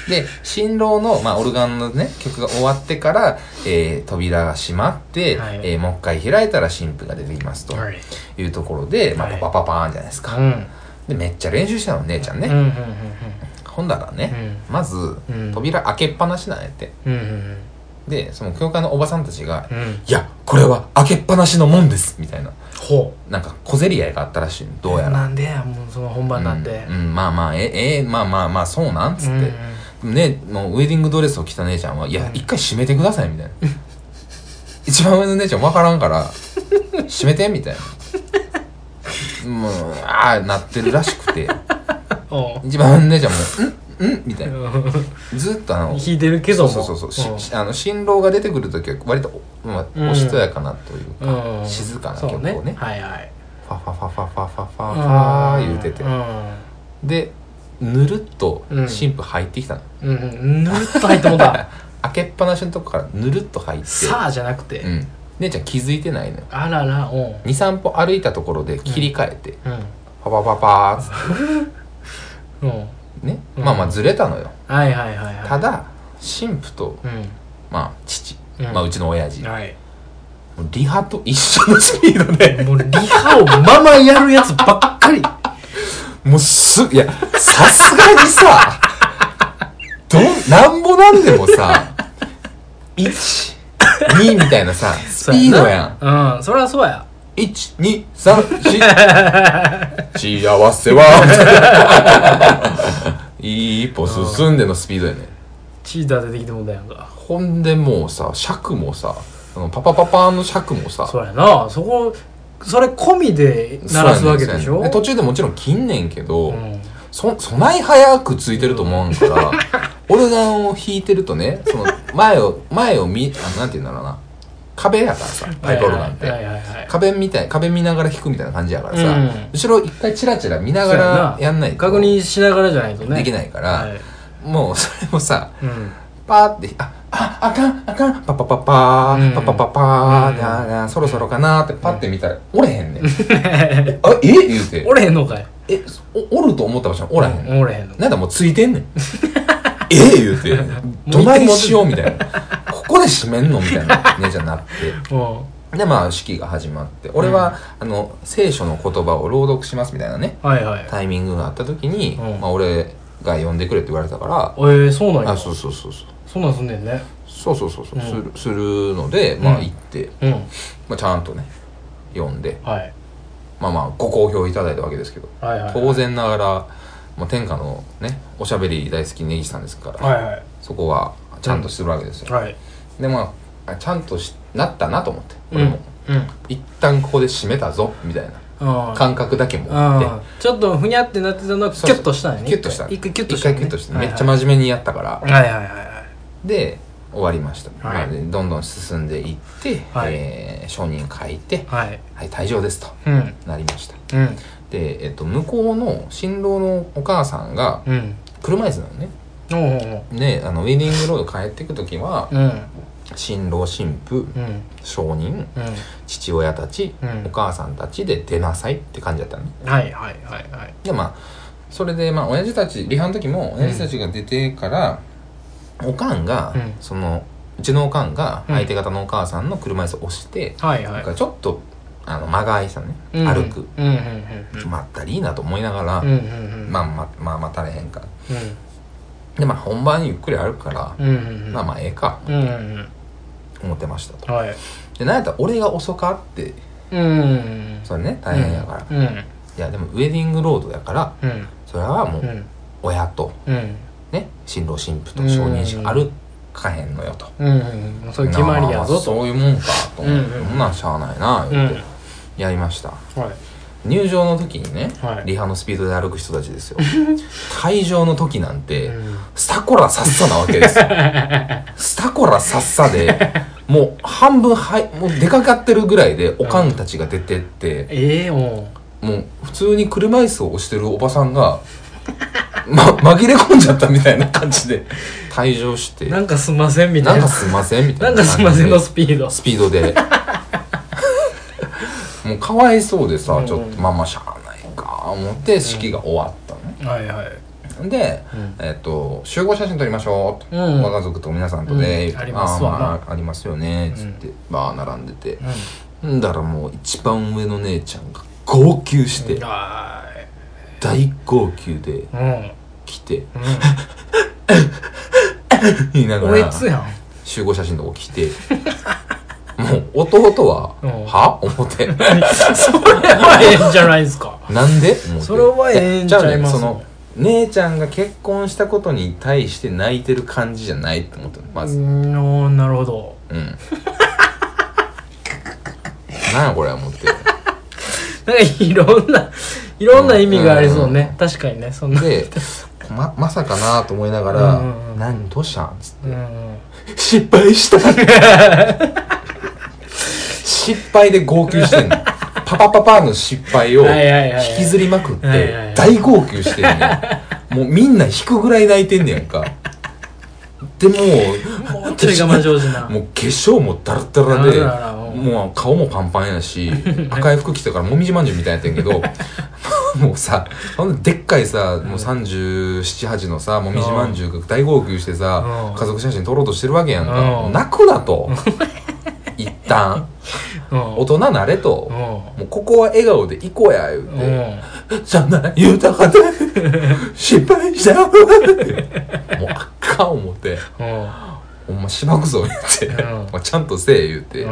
S1: 言ってで新郎の、まあ、オルガンのね曲が終わってから、えー扉が閉まって、
S2: はい
S1: えーもう一回開いたら新婦が出てきますと
S2: うんはい
S1: いうところで、まあ、
S2: はい
S1: パパパパーンじゃないですか、
S2: うん
S1: でめっちゃ練習したの姉ちゃんね、
S2: うんうん
S1: ほんだらね、まず、
S2: うん
S1: 扉開けっぱなしなんやって
S2: うんうんうん
S1: でその教会のおばさんたちが「
S2: うんうん
S1: いやこれは開けっぱなしのもんです」みたいな
S2: ほ
S1: なんか小競り合いがあったらしいのどうやら
S2: なんでやもうその本番なんて
S1: うん、うんまあまあええまあまあまあそうなんつって、ねもうウェディングドレスを着た姉ちゃんは「いや一回閉めてください」みたいな一番上の姉ちゃん分からんから「閉めて」みたいなもうああなってるらしくて
S2: お
S1: 一番上の姉ちゃんも「んんみたいなずっとあの
S2: 引いてるけども
S1: そうそうそうそうしあの新郎が出てくる時は割とお,、まあ、おしとやかなというか、
S2: うんうん
S1: 静かな
S2: そ
S1: 曲
S2: う
S1: をね
S2: ねはいはい
S1: ファファファファファファファファ言うてて
S2: う
S1: でぬるっと
S2: うん
S1: 神父入ってきたの、
S2: んうんうんぬるっと入ってもう た
S1: 開けっぱなしのとこからぬるっと入って
S2: さあじゃなくて
S1: うん、姉ちゃん気づいてないのよ
S2: あららおん
S1: 23歩歩いたところで切り替えて、
S2: う
S1: パパパパーっつっ
S2: んうん
S1: てね、
S2: うん
S1: まあまあずれたのよ
S2: はいはいはいはい
S1: ただ神父と
S2: う
S1: まあ父、
S2: うん
S1: まあうちの親父
S2: んはい
S1: もうリハと一緒のスピードで
S2: もうリハをままやるやつばっかり
S1: もうす、いや、さすがにさ、ど、なんぼなんでもさ、1、2みたいなさ、スピードやん。
S2: んうんそりゃそうや
S1: 1、2、3、4。幸せは、一歩進んでのスピードやね。
S2: チーター出てきてもうたやんか
S1: ほんでもうさ、尺もさ、あのパパパパーの尺もさ、
S2: そうやなそこそれ込みで鳴らすわけでし
S1: そうや
S2: ょ
S1: ねん途中でもちろん切んねんけど、
S2: うん
S1: そ、そない早くついてると思う から、オルガンを弾いてるとね、その前を、前を見、あなんて言うんだろうな。壁やからさ、パイプオルガンっ
S2: はい
S1: て。
S2: はいはい
S1: 壁みたい、壁見ながら弾くみたいな感じやからさ、
S2: うん
S1: 後ろ一回チラチラ見ながらやんないと
S2: 確認しながらじゃないとね
S1: できないから、
S2: はい
S1: もうそ れもさ、
S2: うん
S1: パーって、あ、あ、あかん、あかん、パパパパ
S2: う
S1: ー、
S2: ん
S1: パパパパ
S2: う
S1: ー、
S2: ん
S1: なあなあ、そろそろかなーってパって見たら、おれへん ねん。あ、え言うて、
S2: おれへんのかい
S1: え、おおると思った場所におらへんねん。
S2: おれへんの
S1: なんだもうついてんねん。 ええ言うて、どないしようみたいな。ここで閉めんのみたいな、ねじゃなって。
S2: うん
S1: で、まあ、式が始まって、俺は、あの、聖書の言葉を朗読しますみたいなね、
S2: はいはい
S1: タイミングがあった時に、
S2: うん
S1: まあ、俺が呼んでくれって言われたか
S2: えー、そうな
S1: ら、
S2: んや
S1: あ、そうそうそうそう。
S2: そんなんすんねんね
S1: そうそうそうそう、
S2: うん
S1: するするので、まあ、
S2: うん
S1: 行って、
S2: うん
S1: まあ、ちゃんとね、読んで、
S2: はい
S1: まあまあ、ご好評いただいたわけですけど、
S2: はいはい
S1: 当然ながら、もう天下のね、おしゃべり大好き根岸さんですから、
S2: はいはい
S1: そこはちゃんとするわけですよ、
S2: はい
S1: でまああちゃんとしなったなと思って俺も、
S2: うんうん
S1: 一旦ここで締めたぞみたいな
S2: あ
S1: 感覚だけも
S2: あ
S1: あって
S2: ちょっとふにゃってなってたのをキ
S1: そうそう
S2: ュッとしたんやね
S1: キュッとした
S2: 一回キュッと
S1: 一
S2: した
S1: 回
S2: ね
S1: キュッとして、
S2: はいはい
S1: めっちゃ真面目にやったから、
S2: はいはいはいはい
S1: で終わりました、
S2: はい
S1: まあでどんどん進んでいって、
S2: はい
S1: えー承認書いて
S2: はい
S1: はい退場ですと
S2: うん
S1: なりました
S2: うん
S1: で、えっと、向こうの新郎のお母さんが
S2: うん
S1: 車椅子なのね
S2: おうおう
S1: であのウェディングロード帰っていく時は
S2: おううん
S1: 新郎新婦
S2: うん
S1: 証人
S2: う
S1: 父親たち、
S2: うん
S1: お母さんたちで出なさいって感じだったのね
S2: んはいはいはいはい
S1: でまあそれでまあ親父たちリハの時も親父たちが出てから、おかんが、
S2: うん
S1: そのうちのおかんが
S2: うん
S1: 相手方のお母さんの車椅子を押して、
S2: はいは
S1: ないんかちょっとあの間が空いてたのね、
S2: うん
S1: 歩く
S2: うんうん
S1: まったりいいなと思いながら、
S2: うんうんうんうん
S1: まあまあまあ待たれへんから
S2: うん
S1: でまあ本番ゆっくり歩くから、
S2: うんうんうん
S1: まあまあええか
S2: うんうん
S1: 思ってましたと
S2: うんはい
S1: でなんやったら俺が遅かって
S2: うんうん
S1: それね大変やから、い
S2: うんうん
S1: やでもウェディングロードやから
S2: うん
S1: それはも
S2: う
S1: うん親と、
S2: うん
S1: ね、新郎新婦と承認しか歩かへんのよと。
S2: うんうんそういう決まりやぞと
S1: まあまあそういうもんかと思って、
S2: うんうん
S1: そんなんしゃあないな
S2: うん
S1: 言ってやりました、
S2: はい
S1: 入場の時にね、
S2: はい
S1: リハのスピードで歩く人たちです よ退場の時なんて、
S2: うん
S1: スタコラさっさなわけ ですよスタコラさっさでもう半分はいもう出かかってるぐらいでおかんたちが出てって、
S2: ええお
S1: もう普通に車椅子を押してるおばさんが、ま、紛れ込んじゃったみたいな感じで退場して
S2: うなんかすんませんみた
S1: ないん
S2: な
S1: かすいませんみた
S2: ないん
S1: な
S2: かすんませんの
S1: 感じ
S2: スピード
S1: でスピードでもうかわいそうでさちょっとまあまあしゃあないか思って式が終わったのね、
S2: はいはい
S1: で、
S2: うん
S1: えっと集合写真撮りましょうと、
S2: うん
S1: ご家族と皆さんとね、
S2: うんありますわ
S1: あー
S2: な
S1: あありますよねつって、まあ並んでて
S2: うん、
S1: んだからもう一番上の姉ちゃんが号泣して、
S2: あ
S1: 大号泣で
S2: うんうん
S1: 来て言いなが
S2: おえ
S1: ら
S2: つやん
S1: 集合写真のとこ来てもう弟は
S2: うん
S1: 「は?」思 って
S2: それはええんじゃないですか
S1: なんで思って
S2: それはええんちゃいます
S1: じあねその姉ちゃんが結婚したことに対して泣いてる感じじゃないって思ったのまず
S2: うんおーなるほど
S1: うん なんやこれ思って
S2: なんかいろんないろんな意味がありそうね、確かにねそんな
S1: でままさかなと思いなが
S2: う
S1: ら
S2: んうんう
S1: 「
S2: ん
S1: 何どうしたん?」つって
S2: うん
S1: 「失敗した」失敗で号泣してん のパパパパの失敗を
S2: はいはいはい
S1: 引きずりまくっ
S2: はいはいは
S1: て
S2: い
S1: 大号泣してん ねんもうみんな引くぐらい泣いてんねやんかでも
S2: もうちょい我慢上手な
S1: もう化粧もダラッダラで
S2: あらあらうん
S1: もう顔もパンパンやし赤い服着てたからもみじまんじゅうみたいやったんやけど もうさほんででっかいさもう378のさもみじまんじゅうが大号泣してさ
S2: うん
S1: 家族写真撮ろうとしてるわけやんか
S2: うん
S1: もう泣くなと一旦
S2: うん
S1: 大人なれと
S2: うん
S1: もうここは笑顔で行こうや言う
S2: う
S1: て
S2: ん
S1: そんな豊かで失敗したよってもうあかん思って
S2: うん
S1: ほんましばくぞ言って、
S2: うん
S1: まあちゃんとせえ言って、
S2: う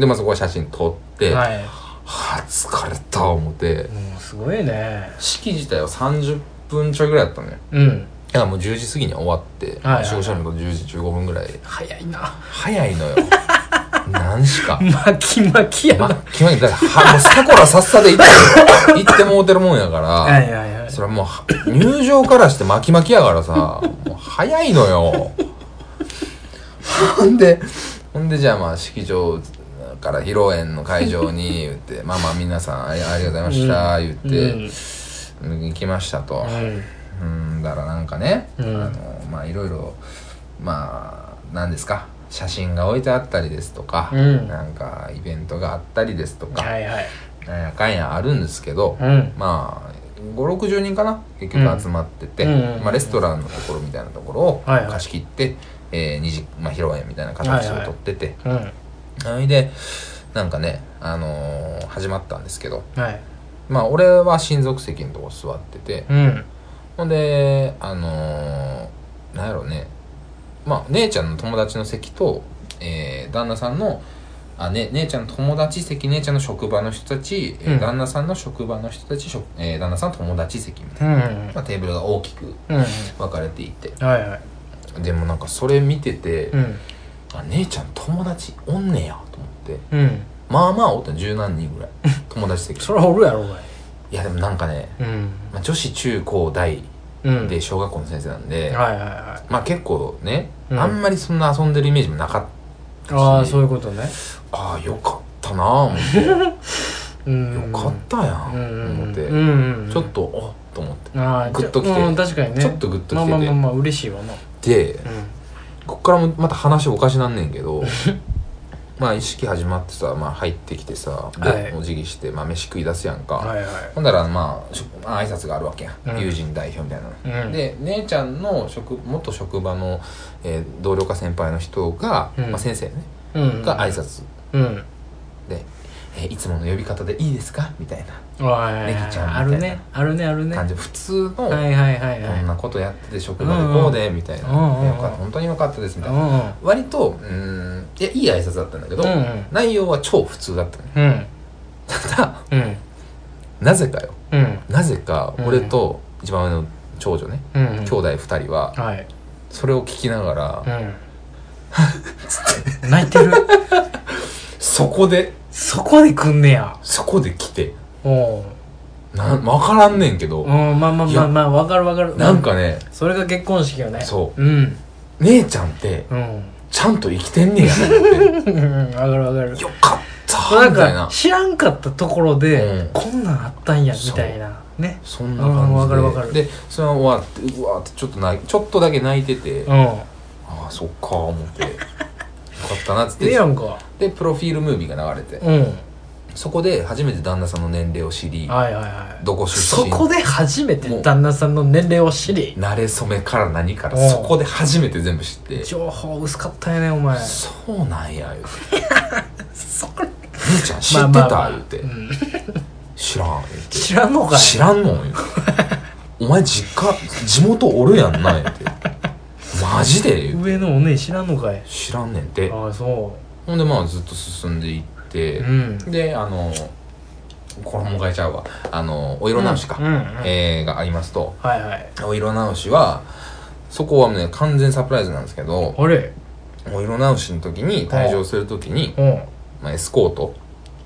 S1: でまあそこは写真撮って、
S2: ん
S1: は
S2: はい
S1: あ疲れた思って
S2: もうすごいね
S1: 式自体は30分ちょいぐらいだったのよ
S2: うん
S1: いやもう10時過ぎには終わって、
S2: はいはい
S1: 集合写真の10時15分ぐらい
S2: 早いな
S1: 早いの よ何しか
S2: 巻き巻きや
S1: ま
S2: な
S1: あ決まりだからはもうさこらさっさで行って行ってもうてるもんやから、
S2: はいはいはい
S1: それはもうは入場からして巻き巻きやからさもう早いのよほんでほんでじゃあまあ式場から披露宴の会場に言って「まあまあ皆さんありありがとうございました」言って、うん行きましたと、うん、だからなんかね、
S2: うん
S1: あのまあいろいろまあ何ですか写真が置いてあったりですとか、
S2: うん
S1: なんかイベントがあったりですとか、
S2: はいはい
S1: なんやかんやあるんですけど、
S2: うん
S1: まあ560人かな結局集まってて、
S2: うんうんうんうん
S1: まあ、レストランのところみたいなところを
S2: はいはい
S1: 貸し切って、えー二次、まあ、披露宴みたいな形をとってて
S2: うん
S1: それ、でなんかね、あのー始まったんですけど
S2: はい
S1: まあ俺は親族席のとこ座ってて、
S2: うん
S1: ほんであのー、なんやろうねまあ姉ちゃんの友達の席と、えー旦那さんのあ、ね、姉ちゃんの友達席姉ちゃんの職場の人たち、えー
S2: うん
S1: 旦那さんの職場の人たち、職えー旦那さんの友達席みたいな、
S2: うん
S1: まあ、テーブルが大きく
S2: うん
S1: 分かれていて
S2: はいはい
S1: でもなんかそれ見てて、
S2: うん
S1: あ姉ちゃん友達おんねやと思って
S2: うん
S1: まあまあおったの十何人ぐ らい友達席
S2: それはおるやろお前
S1: いやでもなんかね、
S2: うん
S1: まあ、女子中高大
S2: うん
S1: で小学校の先生なんで、
S2: はいはいはい
S1: まあ結構ね、
S2: うん
S1: あんまりそんな遊んでるイメージもなかった
S2: ああそういうことね
S1: ああよかったなあ思って よ
S2: うん
S1: かったやん、
S2: うん
S1: 思って、
S2: うん
S1: ちょっとあと思って
S2: ああ
S1: グッときて
S2: うん確かにね
S1: ちょっとグッときてて
S2: まあまあまあまあ嬉しいわな
S1: で
S2: うん
S1: こっからもまた話おかしなんねんけ どまあ意識始まってさ、まあ、入ってきてさで、
S2: はい
S1: お辞儀して、まあ、飯食い出すやんか、
S2: はいは
S1: ほんだらまあ、しょまあ挨拶があるわけや、
S2: うん
S1: 友人代表みたいな、
S2: いうん
S1: で姉ちゃんの職元職場の、えー同僚か先輩の人が、
S2: うん
S1: まあ、先生ね、
S2: うん
S1: が挨拶
S2: うん
S1: で、えーいつもの呼び方でいいですか?」みたいな
S2: は
S1: ネ
S2: い
S1: ギちゃんみたいな
S2: あるねあるねあるね
S1: 感じ、普通の、
S2: はいはいはい
S1: こ
S2: はい
S1: んなことやってて職場でこうで」みたいな「
S2: うんうんうん
S1: よかった本当によかったです」みたいな、
S2: う
S1: 割とうーんいやいい挨拶だったんだけど、
S2: んうん
S1: 内容は超普通だったのよ
S2: うんうん
S1: ただ
S2: うん
S1: なぜかよ
S2: うん
S1: なぜか俺と一番上の長女ね、
S2: うん
S1: 兄弟2人は
S2: はい
S1: それを聞きながら、
S2: うん泣いてる
S1: そこで
S2: そこで来んねや
S1: そこで来て
S2: おう
S1: な分からんねんけど、
S2: うんまあまあ
S1: い
S2: ま
S1: や
S2: あまあわかるわかる
S1: なんかね
S2: それが結婚式よね
S1: そう
S2: うん
S1: 姉ちゃんって
S2: うん
S1: ちゃんと生きてんねやなって
S2: わ かるわかる
S1: よかった
S2: な
S1: み
S2: ん
S1: たいな
S2: か知らんかったところ
S1: う
S2: で
S1: ん
S2: こんなんあったんやみたいなね
S1: そんな感じで、
S2: うんわかるわかる
S1: でそれは終わってうわーってちょっと泣いちょっとだけ泣いてて、
S2: う
S1: あ
S2: ん
S1: あそっかー思 ってよかったなっつっ
S2: ええや
S1: て
S2: んか
S1: でプロフィールムービーが流れて、
S2: うん
S1: そこで初めて旦那さんの年齢を知り
S2: はいはいはい
S1: どこ出
S2: そ
S1: 身
S2: こで初めて旦那さんの年齢を知り
S1: 慣れ初めから何から
S2: うん
S1: そこで初めて全部知って
S2: 情報薄かったよねお前
S1: そうなんや言うて
S2: それ
S1: 「姉ちゃん知ってた?」言うて
S2: うん
S1: 「知らん」言うて
S2: 知らんの
S1: 「
S2: かい
S1: 知らんの?」言うてお前実家地元おるやんな言うてマジで
S2: 上のおねえ知らんのかい
S1: 知らんねんて
S2: ああそ
S1: ほんでまあずっと進んでいって
S2: う、うん
S1: であのこれも変えちゃうわあのお色直しか、
S2: うんうんうん
S1: えーがありますと
S2: はいはい
S1: お色直しはそこはね完全サプライズなんですけど
S2: あれ
S1: お色直しの時に退場する時に、
S2: うんうん
S1: まあ、エスコート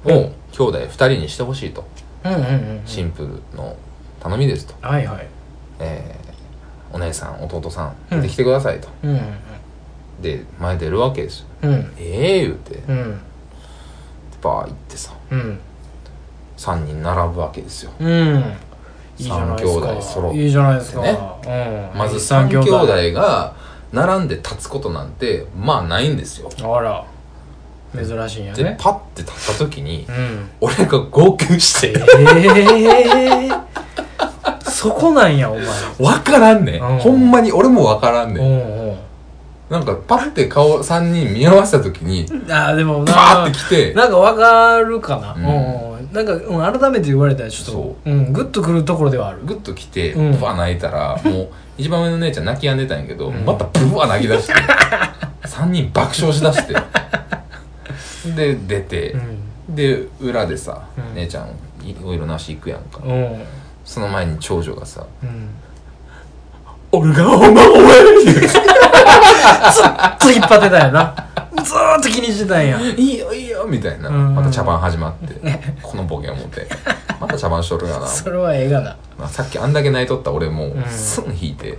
S2: うん
S1: を兄弟2人にしてほしいと
S2: うんうん
S1: シンプルの頼みですと、
S2: はいはい
S1: えーお姉さん弟さん
S2: うん
S1: 出てきてくださいと、
S2: うん
S1: で前出るわけですよ
S2: うん
S1: ええ言うて
S2: うん
S1: バー行ってさ
S2: うん
S1: 3人並ぶわけですよ
S2: うんいいじゃない
S1: 三
S2: です
S1: 兄弟揃
S2: か
S1: っ
S2: いいじゃないですか
S1: ね
S2: うん
S1: まず3
S2: 三
S1: 兄弟が並んで立つことなんてまあないんですよ
S2: あら珍しいんや
S1: で
S2: ね
S1: パッて立った時に
S2: うん
S1: 俺が号泣して
S2: ええそこなんやお前
S1: 分からんねん、
S2: うん
S1: ほんまに俺も分からん
S2: う
S1: ねん、
S2: ん
S1: なんかパッて顔3人見合わせた時に
S2: うんあーでも
S1: バー
S2: な
S1: って来て
S2: なんかわかるかな
S1: う
S2: うんんうんなんかうん改めて言われたらちょっと
S1: そう
S2: うんグッとくるところではある
S1: グッと来てブ
S2: うん
S1: ワー泣いたら、もう一番上の姉ちゃん泣き止んでたんやけど、
S2: うん
S1: またブワー泣き 出して3人爆笑しだしてで出て
S2: う、ん
S1: で裏でさ、
S2: うん
S1: 姉ちゃんいお色直し行くやんか、
S2: うん
S1: その前に長女がさ
S2: うん
S1: 「俺がほんまお前!」って言う
S2: ずっと引っ張ってたんやなずーっと気にしてたん
S1: 「
S2: や
S1: いいよいいよ」みたいな、
S2: うん
S1: また茶番始まってこのボケを持っ てまた茶番しとるやな、
S2: それはええがな
S1: まあ、さっきあんだけ泣いとった俺も
S2: ん
S1: すぐ引いて、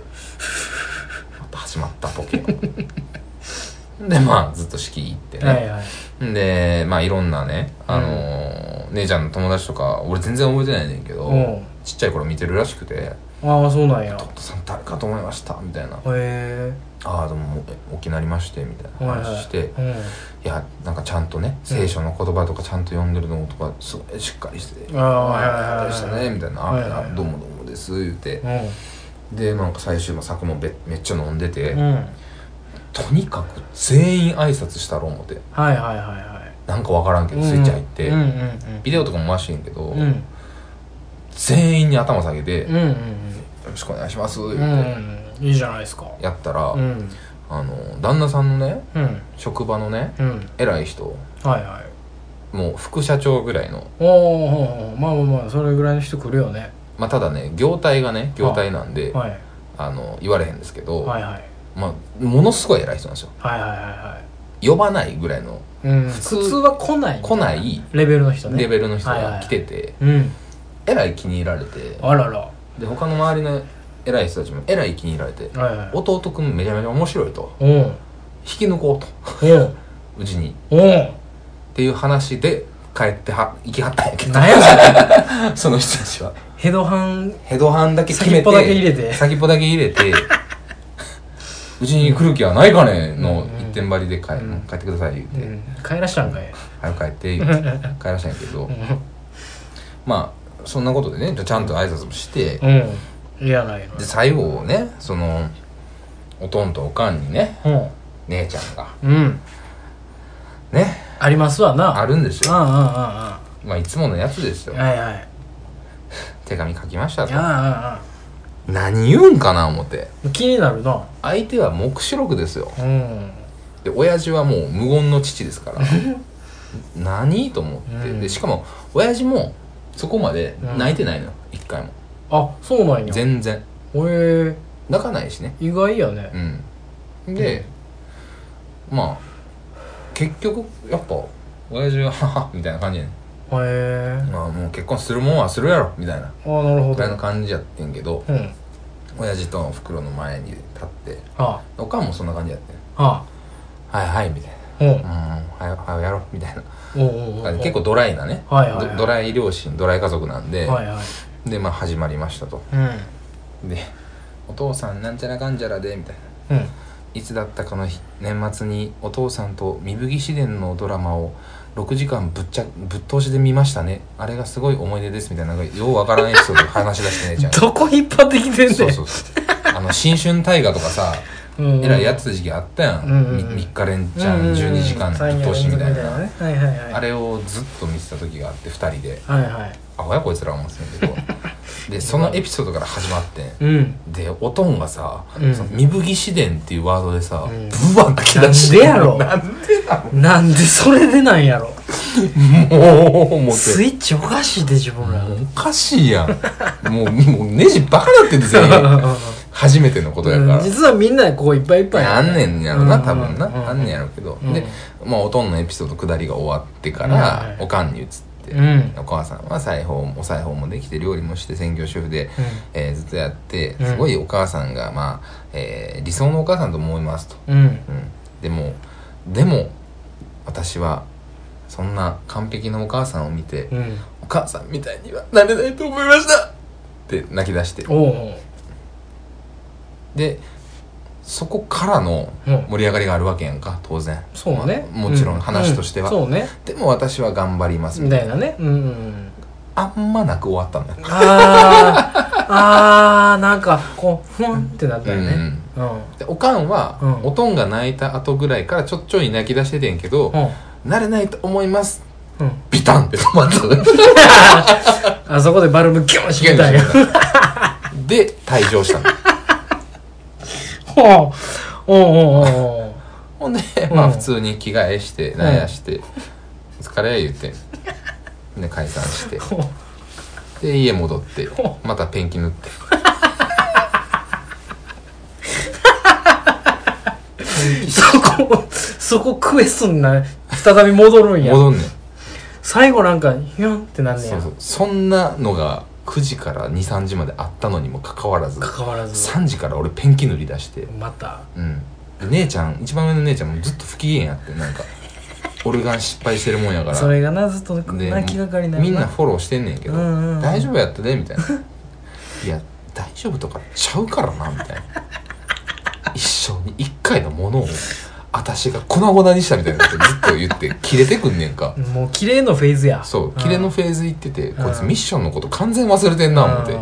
S1: また始まったボケをでまあずっと式行ってね、
S2: はいはい
S1: でまあいろんなね、あのー姉ちゃんの友達とか俺全然覚えてないねんけど、
S2: うん
S1: ちっちゃい頃見てるらしくて
S2: ああそうなんや
S1: 「
S2: へ
S1: お父さん誰かと思いました」みたいな「
S2: え
S1: ああでももうえ大きくなりまして」みたいな
S2: はい
S1: 話
S2: は
S1: して、
S2: い
S1: いやなんかちゃんとね聖書の言葉とかちゃんと読んでるのとかすごいしっかりして
S2: うんああはいはいはい
S1: ありしたね」みたいな「
S2: はいはいはい
S1: あどうもどうもです」言うて
S2: う、
S1: でなんか最終も作もべめっちゃ飲んでて、
S2: んうんはい
S1: とにかく全員挨拶したろう思って
S2: はいはいはい
S1: なんかわからんけどスイッチ入って、
S2: うんうん
S1: ビデオとかも回してんけど、
S2: うんうん
S1: 全員に頭下げて、
S2: うんうんうん
S1: よろしくお願いします」言
S2: う
S1: っ
S2: ん
S1: て、
S2: うんいいじゃないですか
S1: やったら、
S2: うん
S1: あの旦那さんのね
S2: うん
S1: 職場のね
S2: うん
S1: 偉い人
S2: はいはい
S1: もう副社長ぐらいの
S2: おーおーおーまあまあまあそれぐらいの人来るよね
S1: まあただね業態がね業態なんで、
S2: はい
S1: あの言われへんですけど、
S2: はいはい
S1: まあ、ものすごい偉い人なんですよ
S2: はいはいはい
S1: 呼ばないぐらいの
S2: はいうん
S1: 普
S2: 普
S1: 通
S2: 通は来ない
S1: 来ない
S2: レベルの人ね
S1: レベルの人
S2: はいはい
S1: が
S2: はい
S1: 来てて、
S2: うん
S1: えらい気に入られて
S2: あららは
S1: で他の周りの偉い人たちもえらい気に入られて
S2: いはい
S1: 弟くんめちゃめちゃ面白いと
S2: おうん
S1: 引き抜こうと
S2: おうん
S1: うちにっ
S2: おうん
S1: ていう話で帰っては行きはったんやけど
S2: なんやそれ
S1: その人たちは
S2: ヘドハン
S1: ヘドハンだけ決めて
S2: 先っぽだけ入れて
S1: 先っぽだけ入れ てうちに来る気はないかねの一点張りで帰,、
S2: うん
S1: 帰ってください言う
S2: う
S1: て、
S2: ん帰らしたんかい
S1: 早く帰って言うて 帰らしたんやけどまあそんなことでねちゃんと挨拶もして、
S2: うんいやないの
S1: で最後ねそのおとんとおかんにね
S2: う
S1: 姉ちゃんが
S2: んうん
S1: ね
S2: ありますわな
S1: あるんです
S2: うん
S1: よ
S2: うんうんうん
S1: まあいつものやつですよ
S2: はいはい
S1: 手紙書きました
S2: い
S1: と
S2: や
S1: 何言うんかな思って
S2: うんうん気になるな
S1: 相手は黙示録ですよ
S2: うん
S1: で親父はもう無言の父です から何と思って、
S2: うん
S1: でしかも親父もそこまで泣いてないのよ一回も
S2: あそうなんや
S1: 全然
S2: へえ
S1: 泣かないしね
S2: 意外やね
S1: うんで、まあ結局やっぱ親父ははは みたいな感じやね
S2: へえ
S1: まあもう結婚するもんはするやろみたいな
S2: ああなるほ
S1: ぐ
S2: ど
S1: らいの感じやってんけど
S2: うんは
S1: 親父とお袋の前に立って
S2: あ
S1: おかんもそんな感じやってん
S2: は
S1: はいはいみたい
S2: あうん
S1: なうんはよはよやろうみたいな
S2: おうおうおう
S1: 結構ドライなね、
S2: はいはいは
S1: ド
S2: い
S1: ドライ両親ドライ家族なんで、
S2: はいはい
S1: でまあ始まりましたと
S2: う
S1: でお父さんなんちゃらかんちゃらでみたいなん
S2: うん
S1: いつだったかの日年末にお父さんと三吹市伝のドラマを6時間ぶっちゃぶっ通しで見ましたねあれがすごい思い出ですみたいななんかようわからないエピソードを話し出してねえじゃん
S2: どこ引っ張ってきてんねん
S1: そうそうそうあの新春大河とかさ
S2: うんうん
S1: えらいやってた時期あったやん、
S2: うんうんうん
S1: 3日連チャン12時間ぶっ通しみたいな、
S2: ねはいはいはい
S1: あれをずっと見てた時があって2人で
S2: はいはい
S1: 「アホやこいつら」思うんですけどでそのエピソードから始まってん
S2: うん
S1: でおとんがさ「
S2: うん
S1: その身吹き四伝」っていうワードでさ、
S2: ん
S1: ブワン書き出して
S2: なんでやろ
S1: なんでな
S2: なんでそれでなんやろ
S1: のもう思って
S2: スイッチおかしいで自分ら
S1: もうおかしいやんもうもうネジバカなってん ですよ初めてのことやから、
S2: うん実はみんなこういっぱいいっぱい
S1: あんねんやろな、
S2: うん
S1: 多分な、
S2: うん
S1: あんねんやろうけど、
S2: うん
S1: で、まあ、おとんのエピソード下りが終わってから、
S2: うんはい
S1: おかんに移って、
S2: うん
S1: お母さんは裁縫もお裁縫もできて料理もして専業主婦で、えーずっとやって
S2: うん
S1: すごいお母さんが、まあえー理想のお母さんと思いますと、
S2: うんうん
S1: うん、でもでも私はそんな完璧なお母さんを見て、
S2: うん
S1: お母さんみたいにはなれないと思いましたって泣き出して
S2: おう
S1: でそこからの
S2: おう
S1: 盛り上がりがあるわけやんか当然
S2: そうね
S1: まあもちろん話としては、
S2: うんうんそうね
S1: でも私は頑張りますみ
S2: み
S1: た
S2: た
S1: いない
S2: なねうんうん うん
S1: あんまなく終わったんだよ、
S2: あーあーなんかこうふわんってなったよねうんうん
S1: でおかんは、
S2: うん
S1: おとんが泣いた後ぐらいからちょっちょい泣き出しててんけど、慣れないと思います
S2: うん
S1: ビタンって止まった の
S2: あそこでバルブギュンしてたよ
S1: で退場したの
S2: おうおうおうおう
S1: ほんで、ま
S2: う
S1: あ
S2: ん
S1: 普通に着替えしてなんやして、疲れや言うてで解散して
S2: おう
S1: で家戻って
S2: お
S1: またペンキ塗って
S2: そこ、そこクエストにな、再び戻るんや。
S1: 戻んねん
S2: 最後なんか、ヒュンってなんね
S1: そ
S2: や
S1: う。そうそんなのが9時から23時まであったのにもかかわらず
S2: 関わらず。
S1: 3時から俺ペンキ塗り出して
S2: また。
S1: うんで姉ちゃん一番上の姉ちゃんもずっと不機嫌やって なんかオルガン失敗してるもんやから
S2: それがな、ずっと
S1: で
S2: 泣きがかりな
S1: みんな、フォローしてんねんけど、
S2: うんうんうん
S1: 大丈夫やったでみたいないや大丈夫とかちゃうからなみたいな一生に一回のものを私が粉々にしたみたいなことずっと言って切れてくんねんか
S2: もう綺麗のフェーズや。
S1: そうキレのフェーズ行ってて、
S2: うん
S1: こいつミッションのこと完全忘れてんな思って、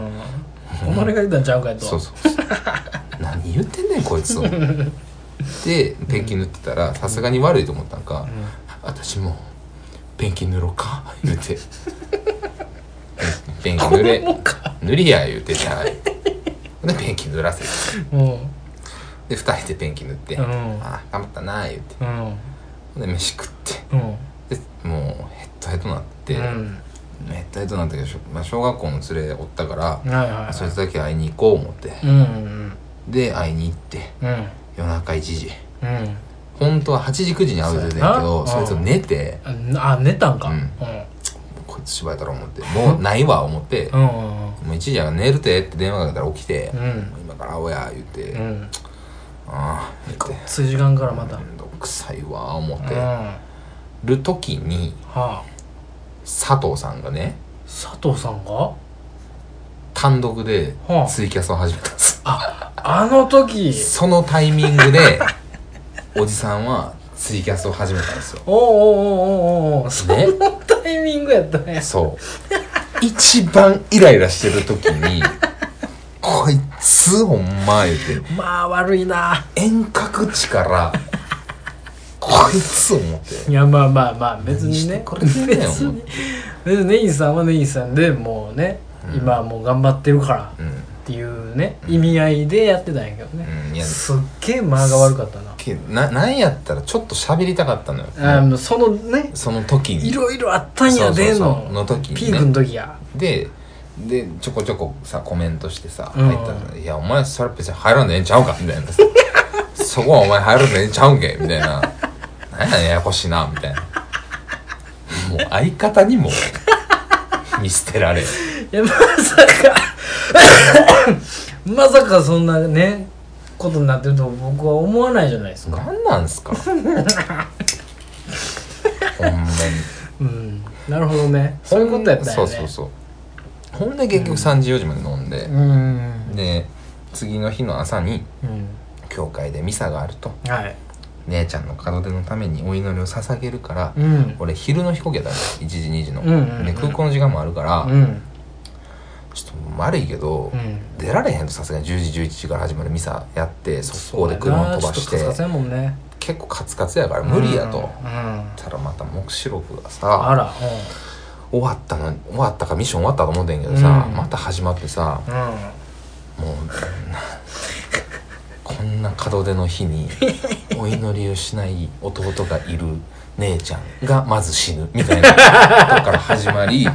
S2: お前が言ったんちゃうかと。
S1: そうそうそう何言ってんねんこいつでペンキ塗ってたらさすがに悪いと思ったんか、
S2: うん
S1: 私もペンキ塗ろうか言うてペンキ塗れ
S2: もうか。
S1: 塗りや言うてじゃあでペンキ塗らせて
S2: うん。
S1: で二人でペンキ塗って「
S2: うん
S1: あ頑張ったな」言うて
S2: うん。
S1: で飯食って
S2: うん。
S1: でもうヘッドヘッドなって、
S2: うん。
S1: ヘッドヘッドなったけど、しょまあ、小学校の連れおったから、
S2: はいはい
S1: そ
S2: はい
S1: つだけ会いに行こう思って、
S2: い。うんうん。
S1: で会いに行って
S2: うん。
S1: 夜中1時
S2: うん。
S1: 本当は8時9時に会う予定だけど
S2: そう
S1: そ
S2: やな
S1: つ寝
S2: い
S1: て
S2: あ、寝たんか。
S1: う
S2: うんん。
S1: こいつ芝居たろう思ってもうないわ思って、
S2: う
S1: も
S2: ん。うん。
S1: う1時やから寝るてって電話かけたら起きて、
S2: う。
S1: もうん今から会おうや言って、
S2: うん。
S1: ああ言って
S2: 数時間からまた。う
S1: め
S2: ん。
S1: んどくさいわ思って、
S2: は
S1: る時に
S2: あ。
S1: 佐藤さんがね
S2: 佐藤さんが
S1: 単独で
S2: はあ
S1: ツイキャスを始めたんです、
S2: あの時
S1: そのタイミングでおじさんはツイキャスを始めたんですよ
S2: おおおうおうおうおうおうそ
S1: ね
S2: のタイミングやったね
S1: そう一番イライラしてる時にこいつほんま言うて
S2: まあ悪いな
S1: 遠隔地から こいつ思って
S2: いやまあまあまあ別に
S1: 何して
S2: ね
S1: くれてんねん
S2: 別
S1: お前
S2: に別にネイさんはネイさんでもうね、今はもう頑張ってるから
S1: うん
S2: っていうね、意味合いでやってたんやけどね、
S1: うんいや
S2: すっげえ間が悪かったな
S1: けななんやったらちょっと喋りたかったのよ
S2: あのそのね
S1: その時に
S2: いろいろあったんやで
S1: そうそう
S2: の
S1: そうの時にね
S2: ピークの時や
S1: ででちょこちょこさコメントしてさ
S2: うん
S1: 入ったら「いやお前それ別に入らんでええんちゃうか」みたいな さ「そこはお前入らんでええんちゃうんけ」みたいな「なんやねんややこしいな」みたいなもう相方にも 見捨てられ
S2: いやまさか まさかそんなねことになってると僕は思わないじゃないですか
S1: なんなんす かほんまに
S2: うんなるほどねそういうことやったよ
S1: そ
S2: ね
S1: うそうそうほんで結局3時4時まで飲んで
S2: う、ん
S1: で次の日の朝に
S2: うん
S1: 教会でミサがあると
S2: はい
S1: 姉ちゃんの門出のためにお祈りを捧げるから、
S2: うん
S1: 俺昼の飛行機だったの1時2時の、
S2: うんうんうん
S1: で空港の時間もあるから、
S2: うん
S1: ちょっともう悪いけど、
S2: うん
S1: 出られへんとさすがに10時11時から始まるミサやって速攻で車飛ばして
S2: そうやなちょっとカツカツやもんね
S1: 結構カツカツやから無理やと、
S2: うんうん
S1: たらまた黙示録が
S2: あ
S1: さ
S2: ら
S1: 終わったのに終わったかミッション終わったと思ってんけどさ、
S2: うん
S1: また始まってさ
S2: うんうん
S1: もうなこんな門出の日にお祈りをしない弟がいる姉ちゃんがまず死ぬみたいなとこから始ま り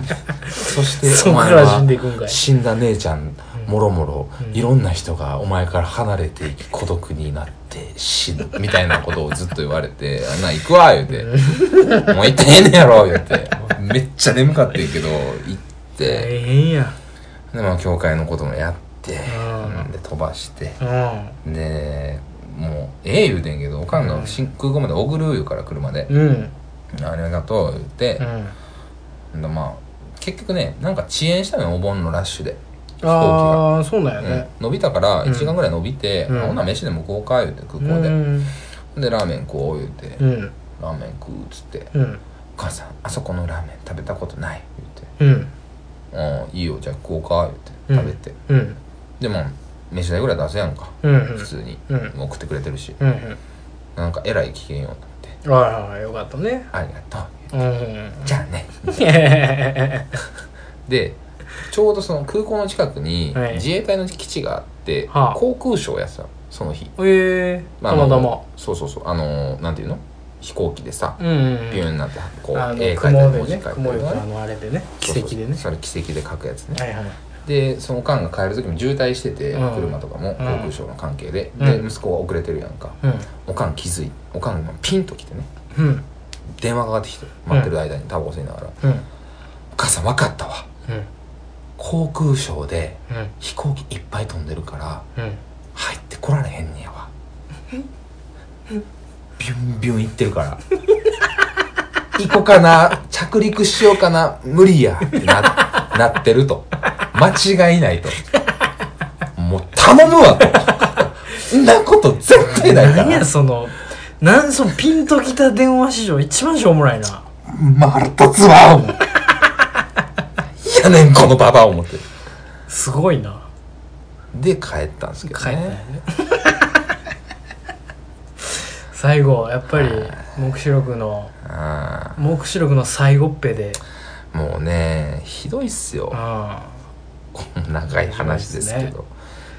S1: そして
S2: そ
S1: お
S2: っか
S1: 前
S2: ら死んでいくんか
S1: はい死んだ姉ちゃんもろもろ
S2: うん
S1: いろんな人がお前から離れていき孤独になって死ぬみたいなことをずっと言われて「あんなん行くわ」言うて「もう行ってへんねやろ」言うてめっちゃ眠かってんけど行って。
S2: 大変や
S1: でまあ教会のこともやって、
S2: うん
S1: で飛ばして
S2: うん
S1: でもうええ言うてんけどおかんが新空港まで送る言うから車で
S2: うん
S1: 「ありがとう」言って
S2: う、ん
S1: でまあ結局ねなんか遅延したのよお盆のラッシュで飛行機が、
S2: ああそうな
S1: う
S2: んや
S1: ん
S2: ね、
S1: 伸びたから1時間ぐらい伸びて「
S2: うん
S1: あほんなら飯でもこうか」言うて空
S2: う
S1: 港で、
S2: ん
S1: でラーメン食おう言うて、
S2: うん
S1: ラーメン食うっつって
S2: うん
S1: 「お母さんあそこのラーメン食べたことない」言うて
S2: うん
S1: 「うんいいよじゃあ食おうか」
S2: うん
S1: 言うて食べて、
S2: うん
S1: でも飯代ぐらい出せやんか
S2: うん
S1: 普通に、
S2: うん
S1: 送ってくれてるし
S2: うんうん
S1: なんかえらい危険よと思って
S2: ああよかったね
S1: 「ありがとう
S2: うん
S1: じゃあね」でちょうどその空港の近くに
S2: はい
S1: 自衛隊の基地があって、
S2: はあ
S1: 航空ショーやってたのその日
S2: ええたまたま
S1: そうそうそうあのーなんていうの飛行機でさ
S2: うんうんうん
S1: ビューンなってこう
S2: あの
S1: 絵描いたり
S2: 雲
S1: 文
S2: で
S1: 字
S2: ね
S1: 描い
S2: 雲
S1: たり
S2: よ
S1: とか
S2: あ
S1: ね
S2: のあれでね
S1: そう
S2: 奇
S1: そう
S2: 跡でね
S1: それ奇跡で描くやつね
S2: はいはい
S1: でその間が帰る時も渋滞してて、
S2: うん
S1: 車とかも航空ショーの関係で、
S2: うん
S1: で息子は遅れてるやんか、
S2: う
S1: おかん気づいおかんがピンときてね
S2: んうん
S1: 電話がかかってきて待ってる間にタバコ吸いながら
S2: うん
S1: お母さん分かったわ
S2: うん
S1: 航空ショーで
S2: うん
S1: 飛行機いっぱい飛んでるから
S2: うん
S1: 入ってこられへんねやわビュンビュン行ってるから行こかな着陸しようかな無理やってななってると間違いないともう頼むわとんなこと絶対ないか
S2: 何
S1: ら
S2: やそのなんそのピンときた電話史上一番しょうもないな
S1: 丸立つわ思ういやねんこのババア思って
S2: すごいな
S1: で帰ったんですけど
S2: 帰ったよ
S1: ね
S2: ね最後やっぱり黙示録の
S1: あ
S2: 黙示録の最後っぺで
S1: あもうねひどいっすよ
S2: あ
S1: この長い話ですけどだか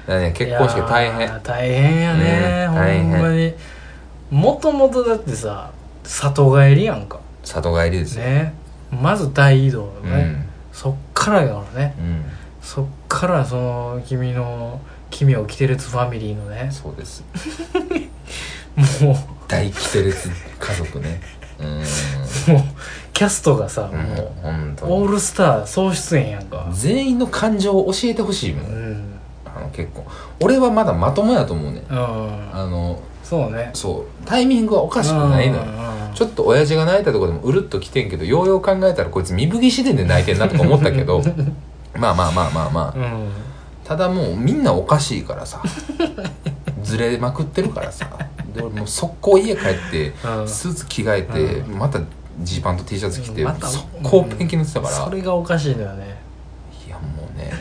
S1: らね結婚式大変
S2: 大変やね、
S1: うん大変
S2: ほんまにもともとだってさ里帰りやんか
S1: 里帰りですよ、
S2: ねまず大移動
S1: う
S2: だ
S1: ん、
S2: ね、そっからやからね
S1: うん
S2: そっからその君の君を着てるつファミリーのね
S1: そうです
S2: もう
S1: 大キテレツ家族 ねうん
S2: もうキャストがさ、
S1: もう
S2: も
S1: 本
S2: うオ
S1: 当に
S2: ールスター総出演やんか
S1: 全員の感情を教えてほしいも
S2: うんん
S1: あの結構俺はまだまともやと思うねん
S2: うん
S1: あの
S2: そうね
S1: そうタイミングはおかしくないのよ
S2: よ
S1: ちょっと親父が泣いたとこでもうるっと来てんけどようよう考えたらこいつ身吹き自然で泣いてんなとか思ったけどまあまあまあまあまあ
S2: うん
S1: ただもうみんなおかしいから さずれまくってるからさで俺もう速攻家帰って
S2: うん
S1: スーツ着替えて
S2: う
S1: またジーパンと T シャツ着て
S2: また
S1: 速攻ペンキ塗ってたから
S2: それがおかしいのよね
S1: いやもうね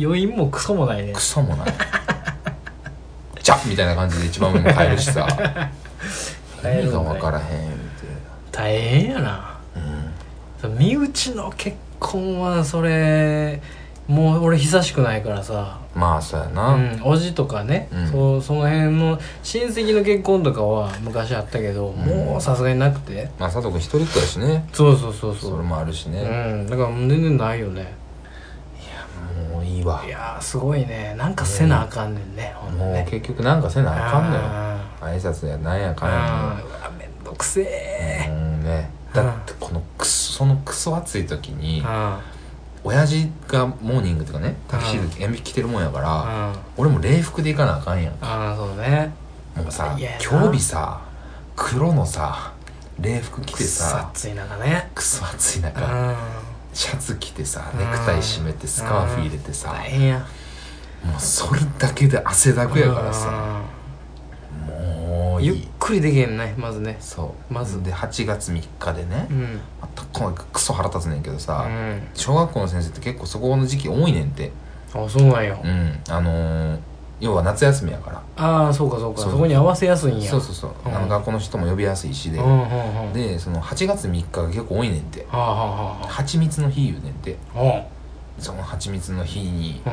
S2: 余韻もクソもないね
S1: クソもないじゃっみたいな感じで一番上も帰るし さ
S2: 帰るんだ
S1: 意
S2: よ
S1: 味が分からへんみ
S2: 大変やな
S1: たいなうん
S2: 身内の結婚はそれもう俺久しくないからさ
S1: まあそうやな、
S2: うん、おじとかね、
S1: うん
S2: そうその辺の親戚の結婚とかは昔あったけど、もうさすがになくて
S1: まあ佐藤君一人っ子やしね
S2: そうそうそうそ
S1: そうれもあるしね、
S2: うんだからもう全然ないよね
S1: もういいわ
S2: いやーすごいねなんかせなあかんねんね、ほんと
S1: もう
S2: ね
S1: 結局なんかせなあかんのよ
S2: あ
S1: 挨拶やなんや
S2: ー
S1: かん
S2: あ
S1: や
S2: ーうわめんどくせえ
S1: もうんねだってこのクソそのクソ暑い時に
S2: あ
S1: 親父がモーニングとかねタキシード鉛筆着てるもんやから
S2: あ
S1: 俺も礼服で行かなあかんやん
S2: あーそうね
S1: もうさ
S2: いやな
S1: 今日日さ黒のさ礼服着
S2: く
S1: て
S2: っさ
S1: さ
S2: 暑い中ね
S1: クソ暑いう中
S2: ん
S1: シャツ着てさネクタイ締めてスカーフ入れてさ
S2: 大変や
S1: もうそれだけで汗だくやからさ
S2: うん
S1: もうい
S2: ゆっ
S1: い
S2: くくりできへんねまずね
S1: そう
S2: まず
S1: で8月3日でね、
S2: うん
S1: またこのクソ腹立つねんけど
S2: う
S1: さ、
S2: ん
S1: 小学校の先生って結構そこの時期多いねんて
S2: あそうなんや
S1: うんあのー要は夏休みやから
S2: ああそうかそうか
S1: そう
S2: そこに合わせやすいんや
S1: そうそうそう、
S2: うん
S1: あの学校の人も呼びやすいしで、
S2: うんうんうん
S1: でその8月3日が結構多いねんて
S2: はあはあは
S1: 蜂蜜の日言うねんて
S2: あは
S1: その蜂蜜の日に
S2: あ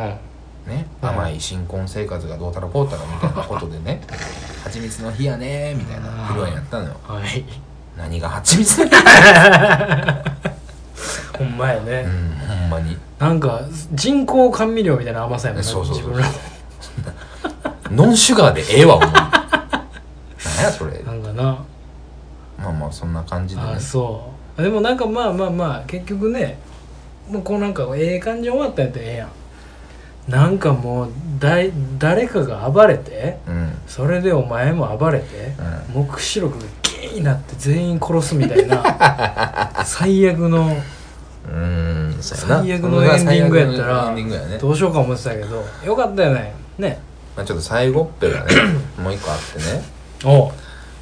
S2: うん
S1: ね
S2: うん
S1: 甘い新婚生活がどうたらこうたらみたいなことで ね蜂蜜の日やねーみたいな披露宴やったのよ
S2: はい
S1: 何が蜂蜜の日
S2: ほんまや
S1: う
S2: ね、
S1: んほんまに
S2: なんか人工甘味料みたいな甘さやもんな
S1: そうそうそう
S2: 自分ら
S1: ノンシュガーでええ わお前何やそれ
S2: なんかな
S1: まあまあそんな感じでね
S2: あそうでもなんかまあまあまあ結局ねもうこうなんかええ感じに終わったんやったらええやんなんかもうだい誰かが暴れて
S1: うんうん
S2: それでお前も暴れて、黙示録がゲーになって全員殺すみたいな 最悪の
S1: うんそうやな
S2: 最悪のエンディングやった
S1: それが最悪のエ
S2: ら
S1: ンディングやね
S2: どうしようか思ってたけどよかったよねね
S1: まあちょっと最後っぺがねもう一個あってね
S2: おう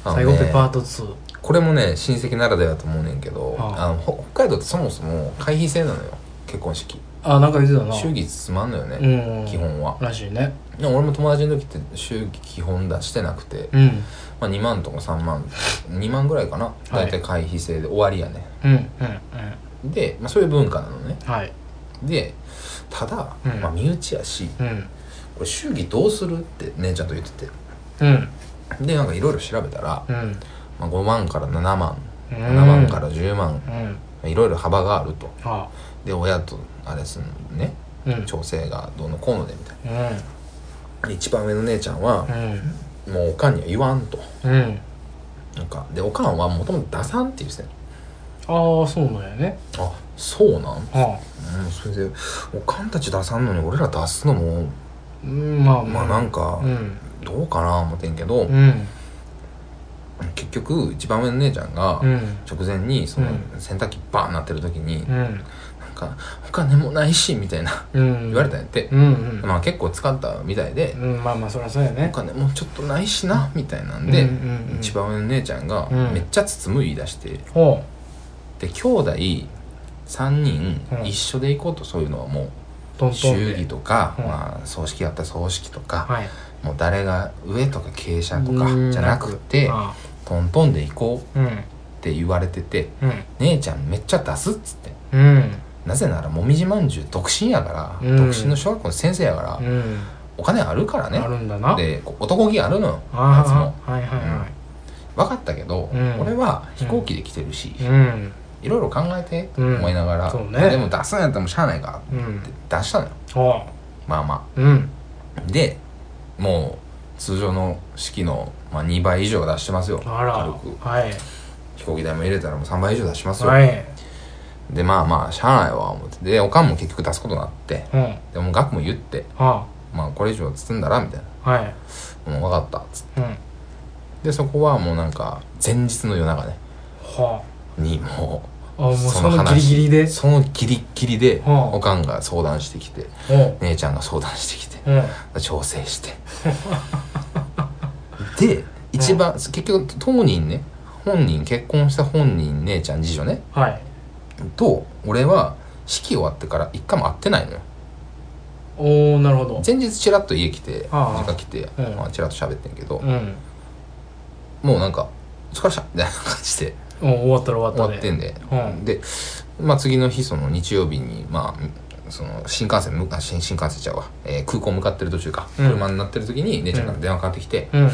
S1: あの
S2: 最
S1: ね
S2: 後ってパート2
S1: これもね親戚ならではと思うねんけど、
S2: はあ
S1: あのほ北海道ってそもそも会費制なのよ結婚式
S2: あなんか言ってたな
S1: 祝儀つまんのよ
S2: う
S1: ね、
S2: ん
S1: 基本は
S2: らしいね
S1: でも俺も友達の時って祝儀基本出してなくて、
S2: うん
S1: まあ、2万とか3万2万ぐらいかな
S2: はい
S1: 大体会費制で終わりやね
S2: うんうんうん
S1: で、まあ、そういう文化なのね
S2: はい
S1: でただ、
S2: うん
S1: まあ、身内やし
S2: うん
S1: これ祝儀どうするって姉ちゃんと言ってて
S2: うん
S1: でなんかいろいろ調べたら、
S2: うん
S1: まあ、5万から7万
S2: うん
S1: 7万から10万
S2: うん
S1: いろいろ幅があると
S2: あ
S1: で親とあれするのね
S2: うん
S1: 調整がどうのこうのでみたい
S2: うん
S1: なで一番上の姉ちゃんは
S2: うん
S1: もうおかんには言わんと
S2: うん
S1: なんかでおかんはもともと出さんって言ってたよ
S2: ああそうなんやね
S1: あそうなん
S2: あ
S1: うんそれでおかんたち出さんのに俺ら出すのも
S2: うんまあ
S1: まあなんか
S2: うん
S1: どうかな思ってんけど
S2: うん
S1: 結局一番上の姉ちゃんが
S2: うん
S1: 直前にその
S2: う
S1: 洗濯機バーンなってる時に
S2: うん
S1: なんかお金もないしみたいな
S2: うん
S1: 言われたんやって
S2: うんうん
S1: まあ結構使ったみたいで
S2: うんまあまあそりゃそうや
S1: お
S2: ね
S1: 金もちょっとないしなみたいなんで、
S2: うんうんうん
S1: 一番上の姉ちゃんが
S2: うん
S1: めっちゃつつむ言い出して、で
S2: ほ
S1: 兄弟3人
S2: うん
S1: 一緒で行こうとそういうのはも
S2: うトン
S1: う
S2: トンで
S1: 祝儀とか、
S2: うん
S1: まあ、葬式やったら葬式とか、
S2: はい
S1: もう誰が上とか傾斜と
S2: う
S1: か
S2: ん
S1: じゃなくて
S2: あ
S1: トントンで行こう
S2: あうん
S1: って言われてて
S2: うん
S1: 姉ちゃんめっちゃ出すっつって
S2: うん
S1: なぜならもみじまんじゅう独身やから、
S2: うん
S1: 独身の小学校の先生やから、
S2: うん
S1: お金あるからね
S2: あるんだな
S1: でこう男気あるのよあいつ
S2: あ
S1: も
S2: あはいはいは
S1: 分かったけど、
S2: うん
S1: 俺は飛行機で来てるし、
S2: いうん
S1: いろいろ考えて
S2: うん
S1: 思いながら、
S2: そうね
S1: でも出すんやったらもうしゃあないか
S2: う
S1: って
S2: ん
S1: 出したのよ
S2: ほ
S1: まあま
S2: ううん
S1: あでもう通常の式の、まあ、2倍以上は出してますよ
S2: あら
S1: 軽く
S2: はい
S1: 飛行機代も入れたらもう3倍以上出しますよ、
S2: はい
S1: でまあまあしゃあないわ思ってでおかんも結局出すことになって
S2: うん
S1: でもう額も言って
S2: あ
S1: まあこれ以上包んだらみたい
S2: あはい
S1: なもう分かったっつって
S2: うん
S1: でそこはもうなんか前日の夜中ね
S2: は
S1: にも
S2: ああもう
S1: そ
S2: そ
S1: の
S2: のギ
S1: 話
S2: リギリ
S1: う
S2: で
S1: そのギリッギリで
S2: はあ
S1: おかんが相談してきて
S2: ほ
S1: 姉ちゃんが相談してきて
S2: ううん
S1: 調整 してで一番、結局当人ね本人結婚した本人姉ちゃん次女ね
S2: はい
S1: と俺は式終わってから一回も会ってないのよ
S2: おおなるほど
S1: 前日チラッと家来て
S2: ああ
S1: 実家来て、
S2: うん
S1: まあ、チラッと喋ってんけど、
S2: うん
S1: もうなんか「お疲れっした」みたいな感じで
S2: お終わったら終
S1: 終
S2: わ
S1: わ
S2: ったで
S1: ってんで、
S2: うん
S1: で、まあ、次の日その日曜日にまあその新幹線むあ新新幹線ちゃうわ、えー空港向かってる途中か、
S2: うん
S1: 車になってる時に姉ちゃんから電話かかってきて、
S2: うん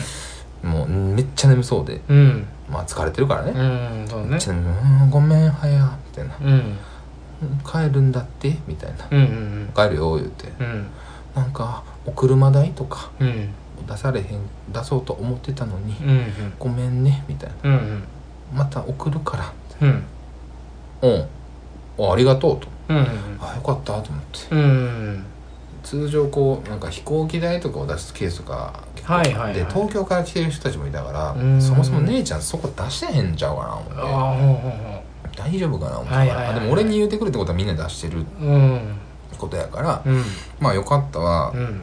S1: もうめっちゃ眠そうで
S2: うん
S1: まあ疲れてるからね、
S2: うんそう
S1: め
S2: ね
S1: っちゃ眠いうんごめん早みたいな
S2: うん
S1: 帰るんだってみたいな
S2: うんうん
S1: 帰るよ言うて
S2: うん
S1: なんかお車代とか
S2: うんうん
S1: 出されへん出そうと思ってたのに、
S2: うん
S1: ごめんねみたいな
S2: うんうん
S1: また送るから
S2: うん
S1: うんあありがとうと
S2: うん
S1: あよかったと思って
S2: うん
S1: 通常こうなんか飛行機代とかを出すケースが結構あって、
S2: はいはいはい
S1: で東京から来てる人たちもいたか
S2: う
S1: ら
S2: ん
S1: そもそも姉ちゃんそこ出してへんちゃうかな思って
S2: ああほうほうほ
S1: 大丈夫かな思って、
S2: はいはいはい
S1: あでも俺に言うてくるってことはみんな出してる
S2: ううん
S1: ことやから、
S2: うん
S1: まあよかったは、
S2: うん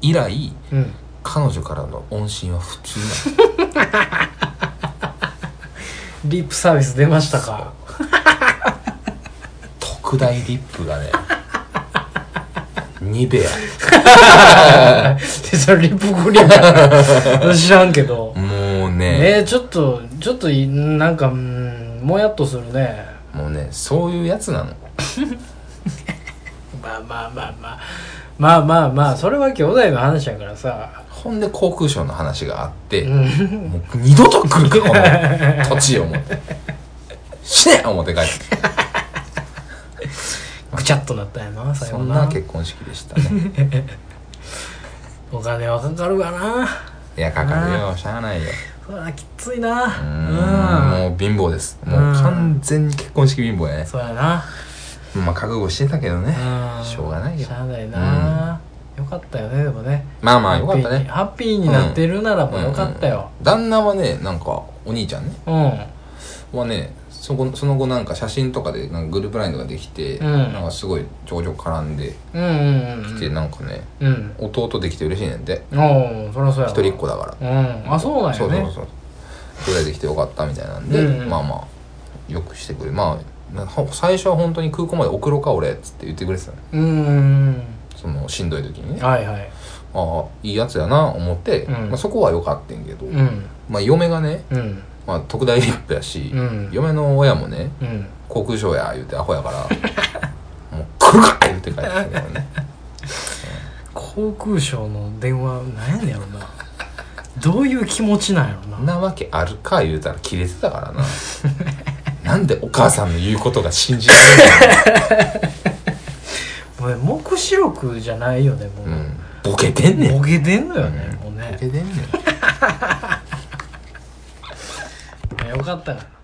S1: 以来
S2: うん
S1: 彼女からの音信は普通なの
S2: リップサービス出ましたか
S1: 特大リップがね ニベ
S2: でそれリップクリーム知らんけど
S1: アもうね
S2: ねえちょっとちょっといなんかうんもやっとするね
S1: もうねそういうやつなの
S2: まあまあまあまあまあまあまあそれは兄弟の話やからさ
S1: ほんで航空ショーの話があって、
S2: うん
S1: もう二度と来るかこの土地を思って死ね思って帰って
S2: ぐちゃっとなったんやな最
S1: そ
S2: 後
S1: んな
S2: な
S1: 結婚式でした ね
S2: お金はかかるわない
S1: やかかるよしゃあないよ
S2: そりゃきついな
S1: うーん
S2: うん
S1: もう貧乏ですもう
S2: うん
S1: 完全に結婚式貧乏やね
S2: そうやな
S1: まあ覚悟してたけどね
S2: うん
S1: しょうがないよ
S2: しゃあないなよかったよねでもね
S1: まあまあよかったね
S2: ハッピーにハッピーになってるならばよかったよ
S1: 旦那はねなんかお兄ちゃんね
S2: うん
S1: はねそこその後なんか写真とかでなんかグループラインとかできて、
S2: うん
S1: なんかすごいちょこちょこ絡んで
S2: うんうん
S1: きて、なんかね
S2: うんうん
S1: 弟できて嬉しいねんで
S2: おおそりゃそうや
S1: 一人っ
S2: 子
S1: 子だから
S2: うんあそうなん
S1: そう
S2: や
S1: そう
S2: ね
S1: そうぐらいできてよかったみたいなんで、
S2: うんうん
S1: まあまあよくしてくれまあなほ最初は本当に空港まで送ろうか俺っつって言ってくれてたの
S2: うんうん
S1: そのしんどい時に
S2: うん
S1: ねあ
S2: はいはい
S1: あいいやつやな思って、
S2: うん
S1: まあ、そこは良かったんけど、
S2: うん
S1: まあ嫁がね、
S2: うん
S1: まあ、特大リップやし、
S2: うん
S1: 嫁の親もね
S2: うん
S1: 航空ショーや言うてアホやから もう来るか言うて帰ってきたけどね
S2: 航空ショーの電話なんやねんやろ などういう気持ちなんやろ
S1: んなわけあるか言うたらキレてたから ななんでお母さんの言うことが信じられない
S2: なもう目視録じゃないよねもう、
S1: の、うん、ボケてんねん
S2: ボケてんのよね、もう
S1: ボ
S2: ね
S1: ケてんねん
S2: よかったから
S1: 哎